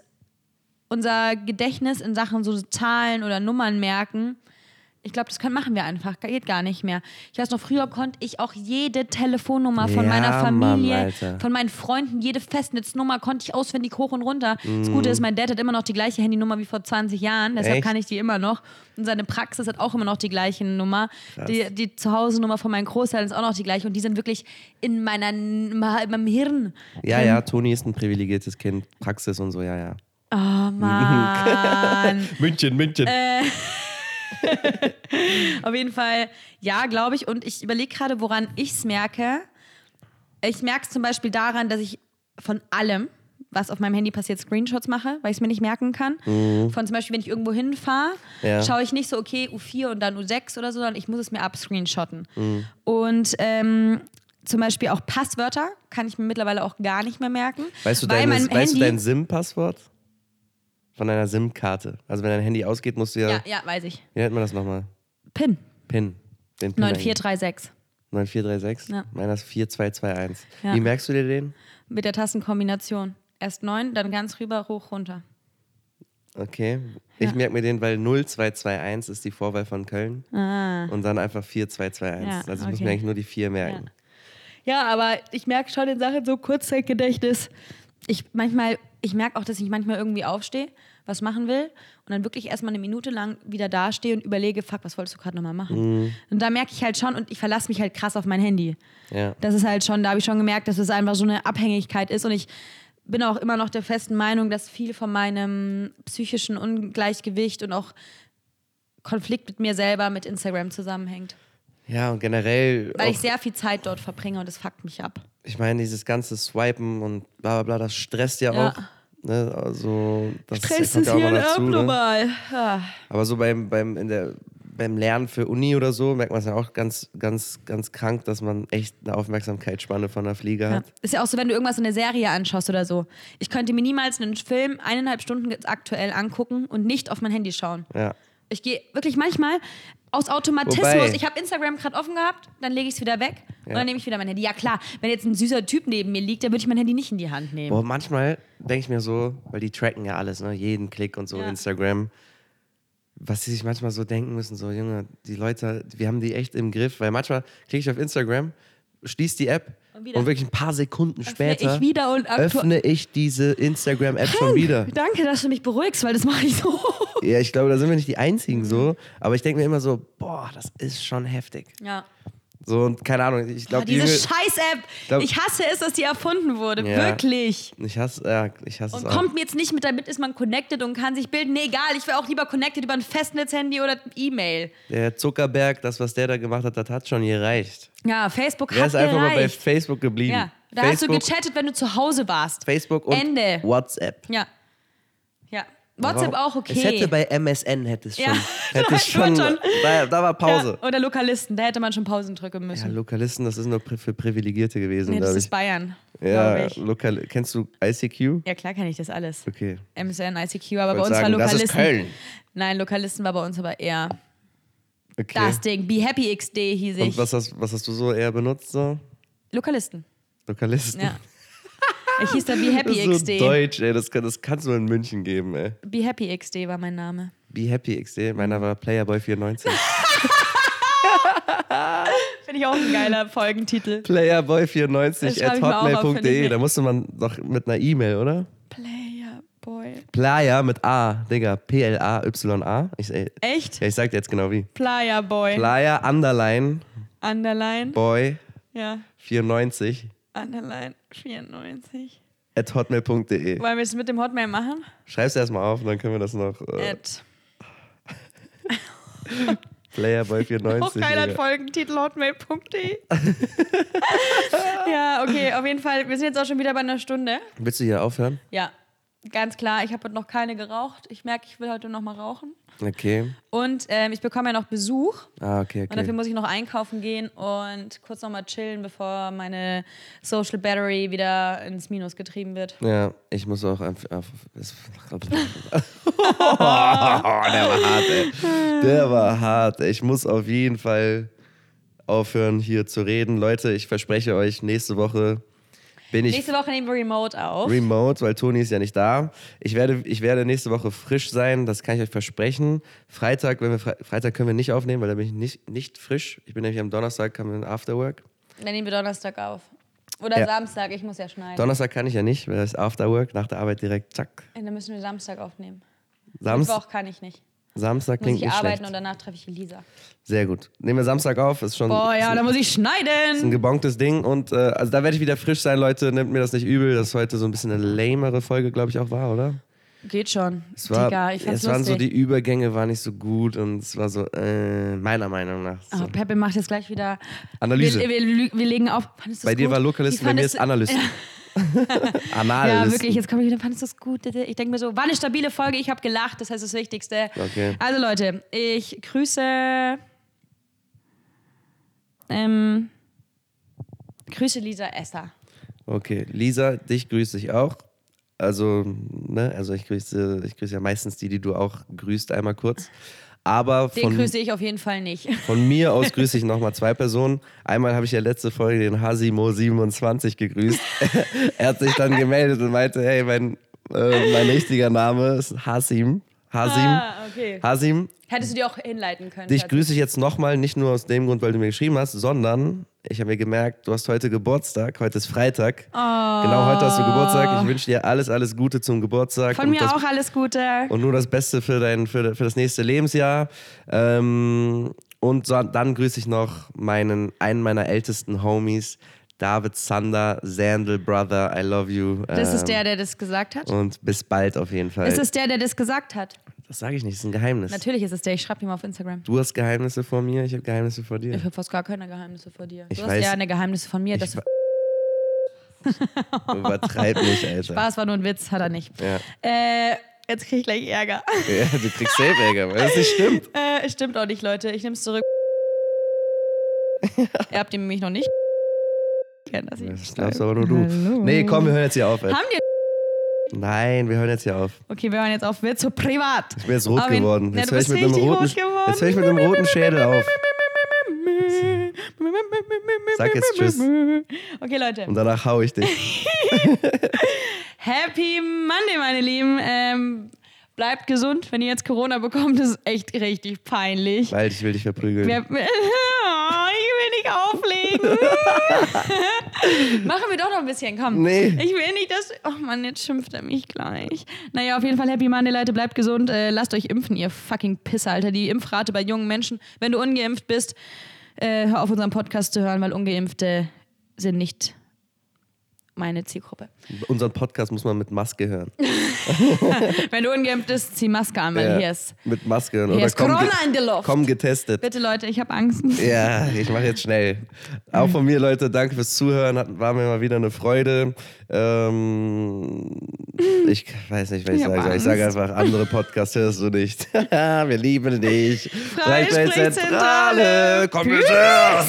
S2: unser Gedächtnis in Sachen so Zahlen oder Nummern merken Ich glaube, das können, machen wir einfach. Geht gar nicht mehr. Ich weiß noch, früher konnte ich auch jede Telefonnummer von
S1: Ja,
S2: meiner
S1: Mann,
S2: Familie,
S1: Alter.
S2: von meinen Freunden, jede Festnetznummer konnte ich auswendig hoch und runter. Das Gute ist, mein Dad hat immer noch die gleiche Handynummer wie vor 20 Jahren, deshalb
S1: Echt?
S2: kann ich die immer noch. Und seine Praxis hat auch immer noch die gleiche Nummer. Die, die Zuhause-Nummer von meinen Großeltern ist auch noch die gleiche. Und die sind wirklich in, meiner, in meinem Hirn.
S1: Ja, ja,
S2: Hm.
S1: Toni ist ein privilegiertes Kind, Praxis und so, ja, ja.
S2: Oh Mann.
S1: München, München.
S2: Äh, Auf jeden Fall, ja, glaube ich. Und ich überlege gerade, woran ich es merke. Ich merke es zum Beispiel daran, dass ich von allem, was auf meinem Handy passiert, Screenshots mache, weil ich es mir nicht merken kann. Von zum Beispiel, wenn ich irgendwo hinfahre,
S1: Mhm. Ja.
S2: schaue ich nicht so, okay, U4 und dann U6 oder so, sondern ich muss es mir abscreenshotten.
S1: Mhm.
S2: Und ähm, zum Beispiel auch Passwörter kann ich mir mittlerweile auch gar nicht mehr merken.
S1: Weißt, du
S2: weil
S1: dein,
S2: mein
S1: weißt du
S2: Handy,
S1: dein SIM-Passwort? Von deiner SIM-Karte. Also wenn dein Handy ausgeht, musst du ja,
S2: ja, ja, weiß ich.
S1: wie nennt man das nochmal?
S2: PIN
S1: PIN. Den PIN eingeben.
S2: 9436
S1: 9436?
S2: Ja.
S1: Meiner ist 4221.
S2: Ja.
S1: Wie merkst du dir den?
S2: mit der Tastenkombination. Erst 9, dann ganz rüber, hoch, runter.
S1: Okay. Ich merke mir den, weil 0221 ist die Vorwahl von Köln. Und dann einfach 4221.
S2: Ah. Ja,
S1: also ich muss
S2: okay.
S1: mir eigentlich nur die 4 merken.
S2: Ja, aber ich merke schon in Sachen so Kurzzeitgedächtnis. Ich manchmal, ich merke auch, dass ich manchmal irgendwie aufstehe, was machen will und dann wirklich erstmal eine Minute lang wieder dastehe und überlege, fuck, was wolltest du gerade nochmal machen? Und da merke ich halt schon und ich verlasse mich halt krass auf mein Handy.
S1: Ja.
S2: Das ist halt schon, da habe ich schon gemerkt, dass es einfach so eine Abhängigkeit ist und ich bin auch immer noch der festen Meinung, dass viel von meinem psychischen Ungleichgewicht und auch Konflikt mit mir selber mit Instagram zusammenhängt.
S1: ja, und generell.
S2: Weil
S1: auch,
S2: ich sehr viel Zeit dort verbringe und das fuckt mich ab.
S1: ich meine, dieses ganze Swipen und bla bla bla, das stresst ja,
S2: Ja.
S1: auch. Ne? Also, das
S2: Stress
S1: kommt
S2: ist
S1: ja auch
S2: hier
S1: mal dazu, ne?
S2: abnormal.
S1: Aber so beim, beim, in der, beim Lernen für Uni oder so merkt man es ja auch ganz, ganz, ganz krank, dass man echt eine Aufmerksamkeitsspanne von der Fliege
S2: Ja.
S1: hat.
S2: Ist ja auch so, wenn du irgendwas in der Serie anschaust oder so. Ich könnte mir niemals einen Film eineinhalb Stunden jetzt aktuell angucken und nicht auf mein Handy schauen.
S1: Ja.
S2: Ich gehe wirklich manchmal aus Automatismus.
S1: Wobei-
S2: ich habe Instagram gerade offen gehabt, dann lege ich es wieder weg und
S1: Ja.
S2: dann nehme ich wieder mein Handy. Ja klar, wenn jetzt ein süßer Typ neben mir liegt, dann würde ich mein Handy nicht in die Hand nehmen.
S1: Boah, manchmal denke ich mir so, weil die tracken ja alles, ne? jeden Klick und so
S2: Ja.
S1: Instagram, was sie sich manchmal so denken müssen, so Junge, die Leute, wir haben die echt im Griff, weil manchmal klicke ich auf Instagram, schließe die App
S2: Und
S1: und,
S2: wieder.
S1: wirklich ein paar Sekunden später
S2: ich wieder und aktu-
S1: öffne ich diese Instagram-App schon wieder.
S2: Danke, dass du mich beruhigst, weil das mache ich so.
S1: Ja, ich glaube, da sind wir nicht die Einzigen
S2: Mhm.
S1: so, aber ich denke mir immer so, boah, das ist schon heftig.
S2: Ja.
S1: So und keine Ahnung, ich
S2: Ah,
S1: glaube, die
S2: diese
S1: Jüngere-
S2: Scheiß-App.
S1: glaub-
S2: Ich hasse es, dass die erfunden wurde.
S1: Ja.
S2: Wirklich.
S1: ich hasse, ja, ich hasse
S2: Und
S1: es auch.
S2: kommt mir jetzt nicht mit, damit ist man connected und kann sich bilden. Nee, egal, ich wäre auch lieber connected über ein Festnetz-Handy oder E-Mail.
S1: Der Zuckerberg, das, was der da gemacht hat, das hat schon gereicht.
S2: Ja, Facebook
S1: Er
S2: hat
S1: ist einfach mal bei
S2: gereicht.
S1: Facebook geblieben.
S2: ja, da hast du
S1: Facebook,
S2: gechattet, wenn du zu Hause warst.
S1: Facebook und
S2: Ende.
S1: WhatsApp.
S2: Ja. Ja. WhatsApp
S1: Warum?
S2: auch okay.
S1: Es hätte bei MSN hätte es schon.
S2: Ja,
S1: hätte es
S2: da war
S1: schon,
S2: schon-
S1: Da, da war Pause.
S2: Ja, oder Lokalisten, da hätte man schon Pausen drücken
S1: Ja.
S2: müssen.
S1: Lokalisten, das ist nur pri- für Privilegierte gewesen,
S2: nee, das
S1: glaube
S2: ist
S1: ich.
S2: Bayern,
S1: Ja,
S2: glaube ich.
S1: Lokal kennst du ICQ?
S2: Ja, klar kann ich das alles.
S1: Okay.
S2: MSN, ICQ, aber
S1: Ich wollte
S2: bei uns war
S1: sagen, das
S2: Lokalisten.
S1: ist Köln.
S2: Nein, Lokalisten war bei uns aber eher
S1: Okay.
S2: das Ding. Be Happy XD hieß ich.
S1: und was hast, was hast du so eher benutzt? So?
S2: Lokalisten.
S1: Lokalisten.
S2: Ja. Ich hieß da Be
S1: Das
S2: Happy
S1: ist so
S2: XD.
S1: deutsch, ey. Das, kann, das kannst du in München geben, ey.
S2: Be Happy XD war mein Name.
S1: Be Happy XD. Meiner war Playerboy 94.
S2: Finde ich auch ein geiler Folgentitel. Das
S1: Playerboy94
S2: schreibe
S1: at
S2: ich mir auch auf, finde
S1: hotmail.de.
S2: ich nett.
S1: E. Da musste man doch mit einer E-Mail, oder?
S2: Playerboy.
S1: Playa mit A, Digga. P-L-A-Y-A. Ich, ey,
S2: Echt?
S1: ja, ich sag dir jetzt genau wie.
S2: Playerboy.
S1: Playa underline
S2: Underline.
S1: boy
S2: ja.
S1: 94
S2: Underline 94.
S1: at hotmail.de.
S2: Wollen wir es mit dem Hotmail machen?
S1: Schreib's erstmal auf, dann können wir das noch. Äh,
S2: At. Auch
S1: Playerboy94.
S2: geiler
S1: Digga.
S2: Folgentitel hotmail.de. ja, okay, auf jeden Fall. Wir sind jetzt auch schon wieder bei einer Stunde.
S1: Willst du hier aufhören?
S2: Ja, ganz klar. Ich habe heute noch keine geraucht. Ich merke, ich will heute noch mal rauchen.
S1: Okay.
S2: Und ähm, ich bekomme ja noch Besuch.
S1: Ah, okay,
S2: Und dafür
S1: okay.
S2: muss ich noch einkaufen gehen und kurz nochmal chillen, bevor meine Social Battery wieder ins Minus getrieben wird.
S1: Ja, ich muss auch. Auf, auf, es- oh, der war hart, ey. Der war hart. ey. Ich muss auf jeden Fall aufhören, hier zu reden. Leute, ich verspreche euch, nächste Woche bin ich
S2: Nächste Woche nehmen wir Remote auf.
S1: Remote, weil Toni ist ja nicht da. Ich werde, ich werde nächste Woche frisch sein, das kann ich euch versprechen. Freitag, wenn wir Fre Freitag können wir nicht aufnehmen, weil da bin ich nicht, nicht frisch. Ich bin nämlich am Donnerstag, haben wir ein Afterwork.
S2: Dann nehmen wir Donnerstag auf. Oder
S1: Ja.
S2: Samstag, ich muss ja schneiden.
S1: Donnerstag kann ich ja nicht, weil das ist Afterwork, nach der Arbeit direkt, zack.
S2: Ey, Dann müssen wir Samstag aufnehmen.
S1: Samst
S2: Mittwoch kann ich nicht.
S1: Samstag
S2: Muss
S1: klingt
S2: ich
S1: nicht
S2: arbeiten
S1: schlecht.
S2: und danach treffe ich Elisa.
S1: Sehr gut. Nehmen wir Samstag auf, ist schon
S2: Boah,
S1: ist
S2: ja,
S1: ein,
S2: da muss ich
S1: ist ein
S2: schneiden.
S1: gebonktes Ding. Und äh, also da werde ich wieder frisch sein, Leute. Nehmt mir das nicht übel, dass heute so ein bisschen eine lamere Folge, glaube ich, auch war, oder?
S2: Geht schon.
S1: Es, war,
S2: Digga, ich fand's
S1: es waren so
S2: lustig.
S1: die Übergänge waren nicht so gut und es war so äh, meiner Meinung nach so.
S2: Oh, Peppe macht jetzt gleich wieder
S1: Analyse.
S2: Wir, wir, lü- wir legen auf. Fandest du's
S1: Bei dir
S2: gut?
S1: war Lokalist,
S2: Wie
S1: bei mir
S2: fandest
S1: ist
S2: du-
S1: Analyst.
S2: Ja,
S1: Analyst.
S2: wirklich, jetzt komme ich wieder, fandest du es gut? Ich denke mir so, war eine stabile Folge, ich habe gelacht, das heißt das Wichtigste.
S1: Okay.
S2: Also Leute, ich grüße... Ähm, grüße Lisa Esser.
S1: Okay, Lisa, dich grüße ich auch. Also, ne, also ich grüße, ich grüße ja meistens die, die du auch grüßt, einmal kurz. Aber
S2: Den
S1: von,
S2: grüße ich auf jeden Fall nicht.
S1: von mir aus grüße ich nochmal zwei Personen. Einmal habe ich ja letzte Folge den Hasimo27 gegrüßt. er hat sich dann gemeldet und meinte, hey, mein, äh, mein richtiger Name ist Hasim. Hasim.
S2: Ah, okay.
S1: Hasim,
S2: Hättest du dir auch hinleiten können.
S1: Dich
S2: tatsächlich.
S1: grüße ich jetzt nochmal, nicht nur aus dem Grund, weil du mir geschrieben hast, sondern ich habe mir gemerkt, du hast heute Geburtstag, heute ist
S2: Oh.
S1: Freitag. Genau heute hast du Geburtstag. Ich wünsche dir alles, alles Gute zum Geburtstag.
S2: Von mir
S1: das,
S2: auch alles Gute.
S1: Und nur das Beste für, dein, für, für das nächste Lebensjahr. Ähm, und so, dann grüße ich noch meinen, einen meiner ältesten Homies, David Sander, Sandal Brother, I love you.
S2: Das ist
S1: Ähm,
S2: der, der das gesagt hat.
S1: Und äh, bis bald auf jeden Fall.
S2: Ist es der, der das gesagt hat?
S1: das sage ich nicht, das ist ein Geheimnis.
S2: Natürlich ist es der, ich schreibe ihm auf Instagram.
S1: Du hast Geheimnisse vor mir, ich habe Geheimnisse vor dir.
S2: Ich habe fast gar keine Geheimnisse vor dir.
S1: Ich
S2: du hast
S1: weiß-
S2: ja eine Geheimnisse von mir.
S1: Ich
S2: Das
S1: wa- Übertreib nicht, Alter.
S2: Spaß war nur ein Witz, hat er nicht.
S1: Ja.
S2: Äh, jetzt kriege ich gleich Ärger.
S1: Ja, du kriegst safe Ärger, weil das nicht stimmt.
S2: äh, stimmt auch nicht, Leute. Ich nehme es zurück. Ihr habt ihn nämlich noch nicht. kennen, dass ich-
S1: Das glaubst aber nur du. Nee, komm, wir hören jetzt hier auf. Alter.
S2: Haben die?
S1: Nein, wir hören jetzt hier auf.
S2: Okay, wir hören jetzt auf. Wird so privat.
S1: Ich bin jetzt rot
S2: Aber wenn-
S1: geworden.
S2: Ja,
S1: Jetzt
S2: du
S1: höre ich mit
S2: bist
S1: einem
S2: richtig
S1: roten,
S2: rot geworden.
S1: jetzt höre ich mit einem roten Schädel auf. Sag jetzt Tschüss.
S2: Okay, Leute.
S1: Und danach hau ich dich.
S2: Happy Monday, meine Lieben. Ähm, bleibt gesund. Wenn ihr jetzt Corona bekommt, ist echt richtig peinlich.
S1: Weil ich will dich verprügeln.
S2: Wer, oh, ich will nicht auflegen. Machen wir doch noch ein bisschen, komm.
S1: Nee.
S2: Ich will nicht, dass. Oh Mann, jetzt schimpft er mich gleich. Naja, auf jeden Fall Happy Monday, Leute. Bleibt gesund. Äh, lasst euch impfen, ihr fucking Pisser, Alter. Die Impfrate bei jungen Menschen, wenn du ungeimpft bist, äh, hör auf unseren Podcast zu hören, weil Ungeimpfte sind nicht meine Zielgruppe.
S1: Unseren Podcast muss man mit Maske hören.
S2: Wenn du ungeimpft bist, zieh Maske an, weil
S1: Ja,
S2: hier ist.
S1: Mit Maske hören.
S2: Hier
S1: Oder
S2: ist
S1: komm,
S2: Corona
S1: ge-
S2: in der Luft.
S1: komm getestet.
S2: Bitte, Leute, ich habe Angst.
S1: Ja, ich mache jetzt schnell. Auch von mir, Leute, danke fürs Zuhören. Hat, war mir mal wieder eine Freude. Ähm, ich weiß nicht, was ich
S2: Ich hab
S1: sage. soll. Ich
S2: Angst.
S1: sage einfach, andere Podcasts hörst du nicht. Wir lieben dich.
S2: Freie Sprechzentrale.
S1: Komm jetzt her.